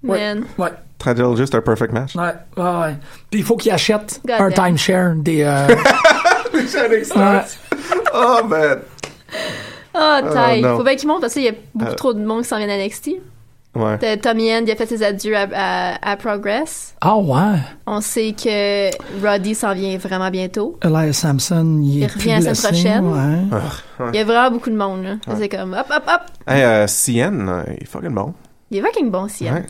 Ouais. Man. Ouais. Ty Dillinger, c'est un perfect match. Ouais, ouais, ouais. Puis il faut qu'il achète God un damn. timeshare des. euh, ouais. Oh, man. Ah, Ty. Oh, non. Euh. Faut bien qu'il monte parce qu'il y a beaucoup trop de monde qui s'en vient à NXT. Ouais. T'as Tommy End, il a fait ses adieux à, à- à Progress. Ah ouais. On sait que Roddy s'en vient vraiment bientôt. Elias Sampson, il, Il est revient plus la semaine blessé, prochaine. ouais. Il y a vraiment beaucoup de monde, là. C'est comme hop, hop, hop. Hey, euh, CN, euh, il est fucking bon. Il est fucking bon, Sian. Ouais.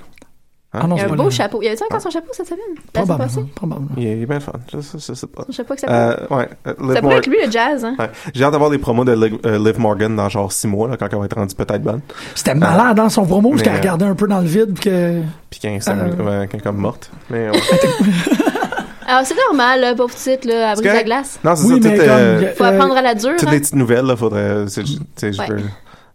Ah non, Il a c'est un pas beau lui. chapeau. Il avait-tu encore son chapeau cette semaine? La semaine passée? Probablement. probablement. Il est, il est bien le fun. Je, sais- je sais pas. Son chapeau que ça peut. Euh, ouais. euh, Liv Ça pourrait Morgan. être lui, le jazz, hein? Ouais. J'ai hâte d'avoir des promos de Liv, euh, Liv Morgan dans genre 6 mois, là, quand on va être rendu peut-être bonne. C'était malade dans son promo, j'étais mais, euh, regardé un peu dans le vide. puis Que... Puis quand c'est Euh. euh, quand comme morte. Mais, ouais. Alors, c'est normal, là, pauvre petite, là, à brise la correct. glace. non, c'est Oui, ça, mais tout, comme. euh, euh, Faut apprendre à la dure, toutes hein? les petites nouvelles, là, faudrait. c'est ju- Tu sais, je Ouais. veux.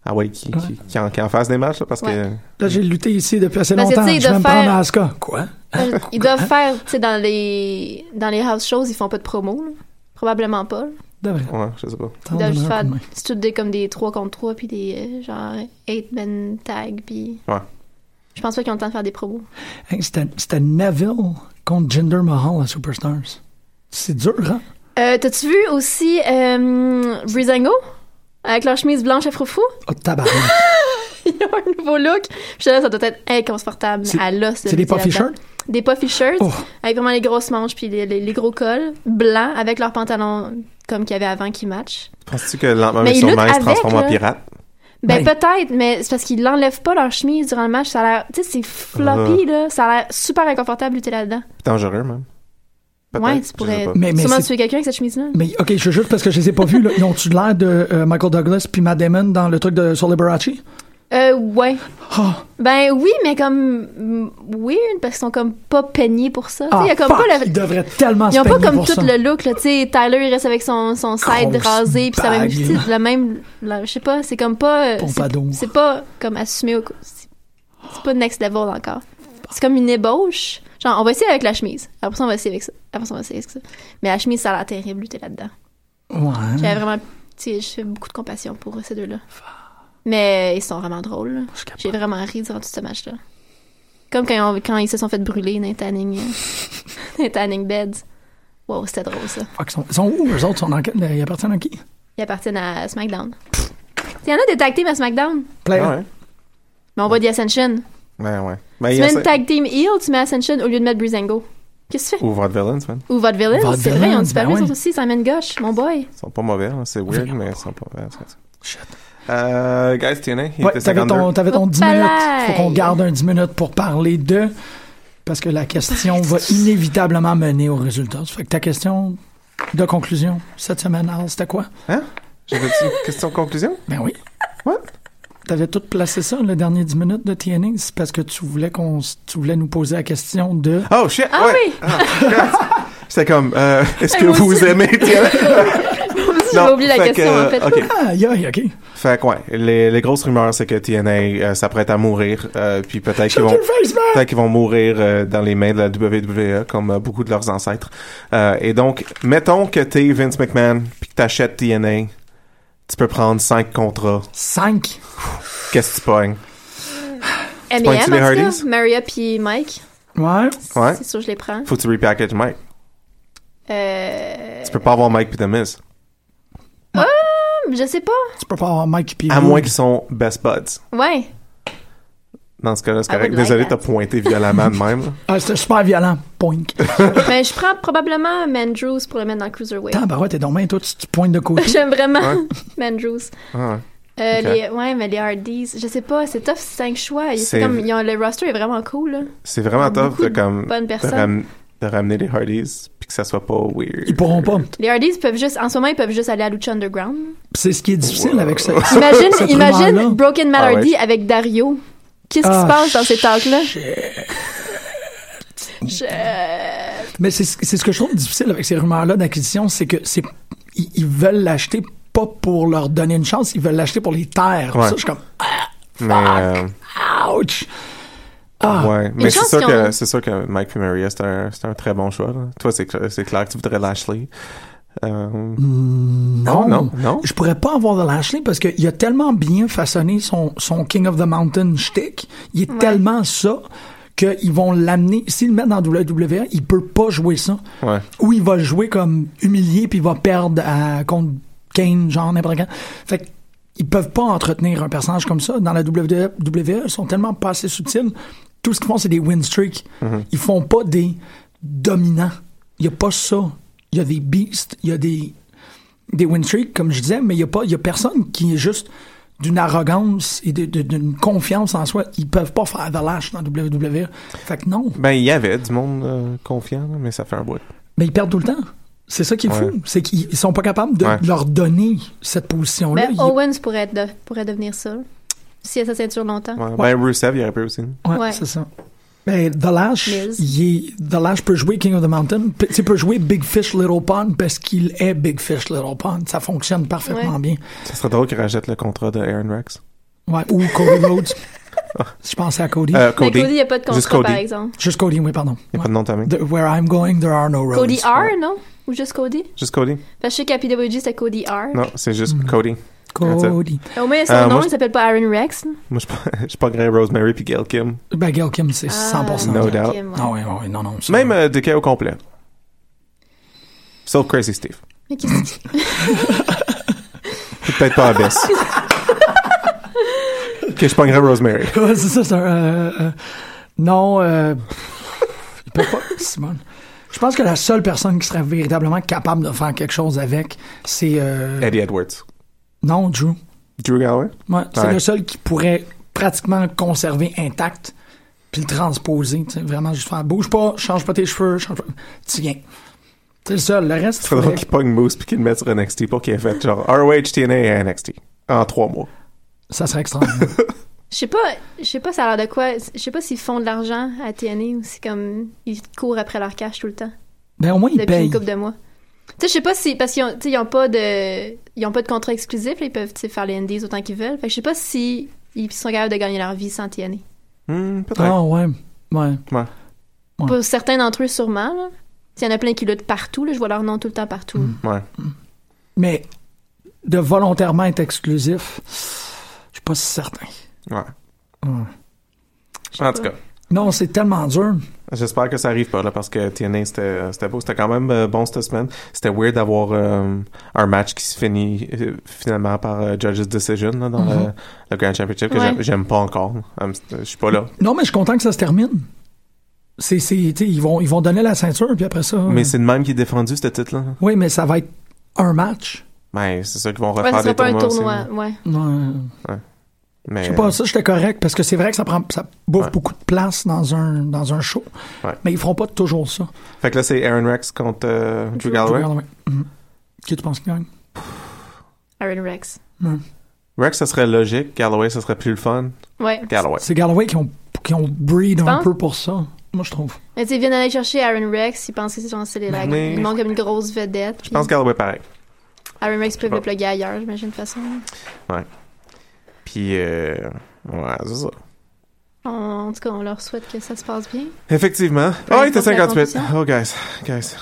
Ah ouais, qui, qui, qui en, qui en fasse des matchs, là, parce que. Là, j'ai lutté ici depuis assez Parce que, longtemps. tu sais, Je vais de me faire- prendre à Asuka. Quoi? Euh, Ils Hein? doivent faire, tu sais, dans les, dans les house shows, ils font pas de promo, là. Probablement pas, là. De vrai. Ouais, je sais pas. Ils doivent juste Attends, faire, on a un coup de main. c'est tout des, comme des 3 contre 3, puis des, euh, genre, 8-man tag, puis... Ouais. Je pense pas qu'ils ont le temps de faire des promos. Hey, C'était c'était Neville contre Jinder Mahal à Superstars. C'est dur, hein? Euh, t'as-tu vu aussi, euh, Breezango? Avec leur chemise blanche à froufrou? Oh, tabarnak. Ils ont un nouveau look. Je sais, ça doit être inconfortable, mais C'est- à l'os. de c'est des lutter puffy là-dedans. shirts? Des puffy shirts, Oh. avec vraiment les grosses manches puis les, les- les gros cols blancs avec leurs pantalons comme qu'il y avait avant qui matchent. Penses-tu que lentement, Mais mais il sûrement, il lutte se transforme avec, en là. pirate? Ben, Ben. peut-être, mais c'est parce qu'ils l'enlèvent pas leur chemise durant le match. Ça a l'air, tu sais, c'est floppy, Ah. là. Ça a l'air super inconfortable de lutter là-dedans. Dangereux, même. Peut-être, Ouais, je tu sais pourrais pas. Mais- mais sûrement c'est- tuer quelqu'un avec cette chemise-là. Mais ok, je suis juste parce que je les ai pas vus. Là. Ils ont-tu l'air de euh, Michael Douglas puis Matt Damon dans le truc de sur Liberace? Euh, ouais. Ah, Ben oui, mais comme mm, weird, parce qu'ils sont comme pas peignés pour ça. Tu sais, ah, il y a comme fuck, pas la- ils devraient tellement Ils se ont pas peigner comme pour tout ça. le look, là, tu sais, Tyler, il reste avec son, son side Grosse rasé, puis ça même, bague, tu sais, là. le même, là, je sais pas, c'est comme pas, euh, Pompadour. c'est- c'est pas comme assumé au, cou- c'est c'est pas next level encore. C'est comme une ébauche. Genre, on va essayer avec la chemise. Après ça, on va essayer avec ça. Après ça, on va essayer avec ça. Mais la chemise, ça a l'air terrible, lutter là-dedans. Ouais. J'avais vraiment, tu sais, j'ai beaucoup de compassion pour euh, ces deux-là. Mais ils sont vraiment drôles, là. Je capote. J'ai vraiment ri durant tout ce match-là. Comme quand, on- quand ils se sont fait brûler dans les tanning, euh, dans les tanning beds. Wow, c'était drôle, ça. Fuck, ils, sont, ils sont où, eux autres? Ils sont dans quel- euh, Ils appartiennent à qui? Ils appartiennent à SmackDown. Il y en a des tag teams à SmackDown. Player. Ah Ouais, ouais. Mais on voit The Ascension. Ouais, ouais. Ben, Tu il mets essaie- une tag team heel, tu mets Ascension au lieu de mettre Breezango. Qu'est-ce que tu fais? Ou Vaudevillains, man. Ou Vaudevillains, c'est vrai, ils ont Vaudevillains, disparu, ben ils ouais. sont aussi, Simon Gauche, mon boy. Ils sont pas mauvais, là. C'est weird, mais ils sont pas mauvais. c'est ça. Shit. Euh, guys, TNA, il Ouais, était t'avais 52. ton, t'avais ton 10 Hoppalaï. minutes. Faut qu'on garde un 10 minutes pour parler de. Parce que la question va inévitablement mener au résultat. Ça fait que ta question de conclusion cette semaine, Al, c'était quoi? Hein? J'avais une question de conclusion? Ben oui. What? T'avais tout placé ça, le dernier 10 minutes de TNA. C'est parce que tu voulais qu'on, s- tu voulais nous poser la question de. Oh, shit! Ah ouais. oui! C'était comme, euh, est-ce Ah, que moi vous aussi. aimez TNA? J'avais oublié la fait question, que, euh, en fait. OK. Ah, aïe, aïe, ok. Fait que, ouais, les, les grosses rumeurs, c'est que TNA euh, s'apprête à mourir, euh, puis peut-être qu'ils Shut vont... your face, man! Peut-être qu'ils vont mourir euh, dans les mains de la WWE comme euh, beaucoup de leurs ancêtres. Euh, et donc, mettons que t'es Vince McMahon puis que t'achètes TNA, tu peux prendre 5 contrats. 5. Qu'est-ce que tu pognes? M&M, pointes-tu les en tout Hardys? cas, Maria puis Mike, Ouais. Ouais. c'est sûr, je les prends. Faut que tu repackages Mike. Euh, Tu peux pas avoir Mike puis The Miz. hmm, je sais pas. Tu peux pas avoir Mike puis. À Mm. moins qu'ils sont best buds. Ouais. Dans ce cas-là, c'est I would correct. like Désolé, that. t'as pointé violemment de même. là. Ah, c'était super violent. Poink. Mais Ben, je prends probablement Mandrews pour le mettre dans le Cruiserweight. Attends, bah ouais, t'es dans main, toi, tu, tu pointes de côté. J'aime vraiment Ouais. Mandrews. Ah ouais. Euh, Ok. les, ouais, mais les Hardys, je sais pas, c'est tough, c'est cinq choix. Ils- C'est- C'est comme, ils ont, le roster est vraiment cool, là. C'est vraiment tough Beaucoup de, de comme, bonnes de, personnes. ram- de ramener les Hardys puis que ça soit pas weird. Ils pourront pas. Les Hardys peuvent juste, en ce moment, ils peuvent juste aller à Lucha Underground. C'est ce qui est difficile avec ça. Imagine, Cette rumeur-là. imagine Broken Matt Ah ouais. Hardy avec Dario. Qu'est-ce qui Ah, se passe dans ces talks-là? Mais c'est ce c'est ce que je trouve difficile avec ces rumeurs-là d'acquisition, c'est que c'est ils, ils veulent l'acheter pas pour leur donner une chance, ils veulent l'acheter pour les terres. Ouais. Ça, je suis comme Ah, Mais, euh, ouch. Ah, ouais. Une Mais c'est chance sûr, qu'ils que, ont- c'est sûr que Mike puis Maria, c'est un, c'est un très bon choix. là. Toi, c'est, cl- c'est clair que tu voudrais Lashley. Euh, Non, non, non. Je pourrais pas avoir de Lashley parce qu'il a tellement bien façonné son, son King of the Mountain shtick. Il est tellement ça qu'ils vont l'amener. S'ils le mettent dans WWE, il peut pas jouer ça. Ouais. Ou il va le jouer comme humilié puis il va perdre à, contre Kane, genre n'importe quand. Fait que ils peuvent pas entretenir un personnage comme ça. Dans la WWE, ils sont tellement pas assez subtils. Tout ce qu'ils font, c'est des win streaks. Mm-hmm. Ils font pas des dominants. Il y a pas ça. Il y a des beasts, il y a des des win streaks, comme je disais, mais il n'y a, pas- y a personne qui est juste d'une arrogance et de- de- d'une confiance en soi. Ils peuvent pas faire de lâche dans WWE. Fait que non. Ben, il y avait du monde euh, confiant, là, mais ça fait un bout. Mais ils perdent tout le temps. C'est ça qui est Ouais. fou. C'est qu'ils ils sont pas capables de Ouais. leur donner cette position-là. Mais Ils- Ben, Owens pourrait, être de- pourrait devenir ça. S'il a sa ceinture longtemps. Ouais. Ben, Rusev, il aurait pu aussi. Ouais, Ouais. c'est ça. Mais The Lash, Miz. il est- The Lash peut jouer King of the Mountain, peut, tu sais, peut jouer Big Fish Little Pond parce qu'il est Big Fish Little Pond. Ça fonctionne parfaitement Ouais. bien. Ça serait drôle qu'il rachète le contrat de Aaron Rex. Ouais. Ou Cody Rhodes. Si je pensais à Cody. Euh, Mais Cody. Ben, Cody, il n'y a pas de Juste contrat, Cody. par exemple. Juste Cody, oui, pardon. Il n'y a pas de nom de famille. The- where I'm going, there are no roads. Cody R, non? Ou juste Cody? Juste Cody. Parce que je sais qu'à PWG, c'était Cody R. Non, c'est juste Cody. Cody. Au moins, son Euh, nom, moi, je- il s'appelle pas Aaron Rex. là. Moi, je, je pognerais Rosemary puis Gail Kim. Ben, Gail Kim, c'est Ah, 100%. No ok, doubt. ouais. Ah ouais, ouais, non, non. ça- Même euh, DK au complet. Sauf Crazy Steve. Mais qu'est-ce que- Puis Peut-être pas à baisse. que je pognerais Rosemary. Ouais, c'est ça, c'est un, euh, euh, non, euh, il peut pas, Simone. Je pense que la seule personne qui serait véritablement capable de faire quelque chose avec, c'est... euh, Eddie Edwards. non, Drew. Drew Galloway? Ouais, c'est Eh. Ouais. le seul qui pourrait pratiquement le conserver intact puis le transposer. tu sais, Vraiment, juste faire « Bouge pas, change pas tes cheveux, change pas... Tiens. » C'est le seul. Le reste, C'est drôle faudrait- qu'il pogne Moose puis qu'il le mette sur NXT pour qu'il ait fait genre ROH, TNA et NXT. En trois mois. ça serait extraordinaire. Je sais pas, je sais pas, ça a l'air de quoi. Je sais pas s'ils font de l'argent à TNA ou si comme ils courent après leur cash tout le temps. ben au moins, il Depuis paye. une couple de mois. Tu sais, je sais pas si. Parce qu'ils ont, tu sais, ils ont pas de. Ils ont pas de contrat exclusif, là, ils peuvent tu sais, faire les NDs autant qu'ils veulent. Fait que je sais pas si ils sont capables de gagner leur vie sans TNA. Hmm, peut-être. Ah ouais, ouais. Ouais. Pour certains d'entre eux, sûrement, là. Tu sais, Il y en a plein qui luttent partout, là. je vois leur nom tout le temps partout. Ouais. Mais de volontairement être exclusif, je suis pas si certain. Ouais. Je sais En tout pas. cas, Non, c'est tellement dur. j'espère que ça arrive pas, là, parce que TNA, c'était c'était beau. C'était quand même euh, bon cette semaine. C'était weird d'avoir euh, un match qui se finit euh, finalement par euh, Judge's Decision là, dans le- le, Grand Championship, que Mm-hmm. Ouais. j'aime- j'aime pas encore. Um, Je suis pas là. Non, mais je suis content que ça se termine. C'est, c'est, tu sais, ils vont, ils vont donner la ceinture, puis après ça. Mais c'est le même qui est défendu, ce titre-là. Oui, mais ça va être un match. Ben, c'est ça qu'ils vont Ouais, refaire ça des serait pas un tournois aussi, tournoi, là. ouais. Non, euh, Mais, je sais pas, ça, j'étais correct, parce que c'est vrai que ça prend, ça bouffe Euh. Ouais. beaucoup de place dans un, dans un show. Ouais. Mais ils feront pas toujours ça. Fait que là, c'est Aaron Rex contre euh, Drew Galloway. Regarde, ouais. Mhm. Qui tu penses qui gagne? Aaron Rex. Rex, ça serait logique. Galloway, ça serait plus le fun. Ouais. Galloway. C'est Galloway qui ont, qui ont breed un penses? peu pour ça. Moi, je trouve. Mais tu sais, ils viennent aller chercher Aaron Rex, ils pensent que c'est genre, c'est les lacs. Mais- Ils montrent comme une grosse vedette. Ben Je pense Galloway, pareil. Aaron Rex peut Bon. le plugger ailleurs, j'imagine, de toute façon. Puis, euh, ouais, c'est ça. On- En tout cas, on leur souhaite que ça se passe bien. Effectivement. Par oh, il était exemple, la 58. compétition. Oh, guys. Guys.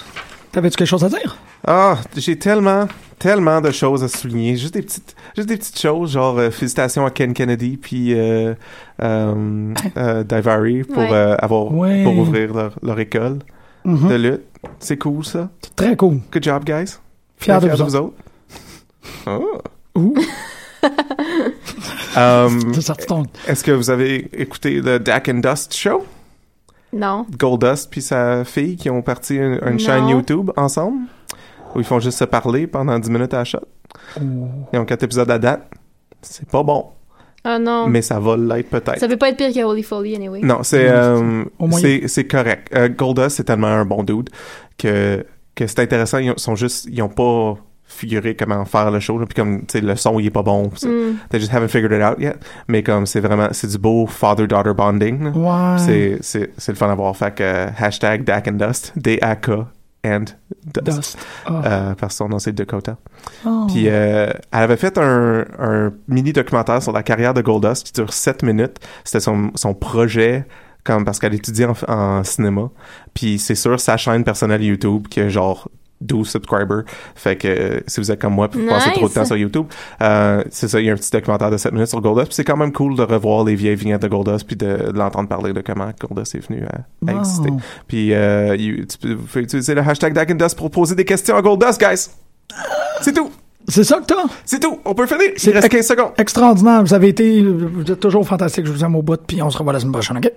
T'avais-tu quelque chose à dire? Ah, j'ai tellement, tellement de choses à souligner. Juste des petites, juste des petites choses, genre euh, félicitations à Ken Kennedy puis euh, euh, euh, Daivari pour Ouais. euh, avoir Ouais. pour ouvrir leur, leur école de lutte. C'est cool ça. C'est Très cool. Good job, guys. Fier de vous. autres. autres. Oh. Ouh. Um, T'as sorti ton- Est-ce que vous avez écouté le Dak and Dust show? Non. Goldust puis sa fille qui ont parti un- une Non. chaîne YouTube ensemble? Où ils font juste se parler pendant 10 minutes à la shot? Ils ont quatre épisodes à date. C'est pas bon, Ah non. mais ça va l'être peut-être. Ça peut pas être pire que Holy Foley, anyway. Non, c'est euh, Au moins, c'est c'est correct. Euh, Goldust c'est tellement un bon dude que que c'est intéressant. Ils ont- sont juste ils ont pas figuré comment faire le show là. puis comme tu sais le son il est pas bon. pis c'est- Mm. They just haven't figured it out yet. Mais comme c'est vraiment c'est du beau father daughter bonding. là. Ouais. C'est c'est c'est le fun à voir. Fait que euh, hashtag Dak and Dust D A K and Dust. Dust. Ah. Euh, parce que son nom c'est Dakota. Oh. Puis euh, elle avait fait un, un mini documentaire sur la carrière de Goldust qui dure 7 minutes. C'était son, son projet comme parce qu'elle étudie en, en cinéma. Puis c'est sur sa chaîne personnelle YouTube que genre 12 subscribers. Fait que euh, si vous êtes comme moi, puis vous passez Nice. trop de temps sur YouTube, euh, c'est ça, il y a un petit documentaire de 7 minutes sur Goldust. Puis c'est quand même cool de revoir les vieilles vignettes de Goldust, puis de, de l'entendre parler de comment Goldust est venu à, à Wow. exister. Puis euh, il- tu peux, vous pouvez utiliser le hashtag Dagundust pour poser des questions à Goldust, guys. C'est tout. C'est ça que t'as? C'est tout. On peut finir. Il C'est- reste 15 secondes. Extraordinaire. Vous avez été. Vous êtes toujours fantastique. Je vous aime au bout. Puis on se revoit la semaine prochaine, OK?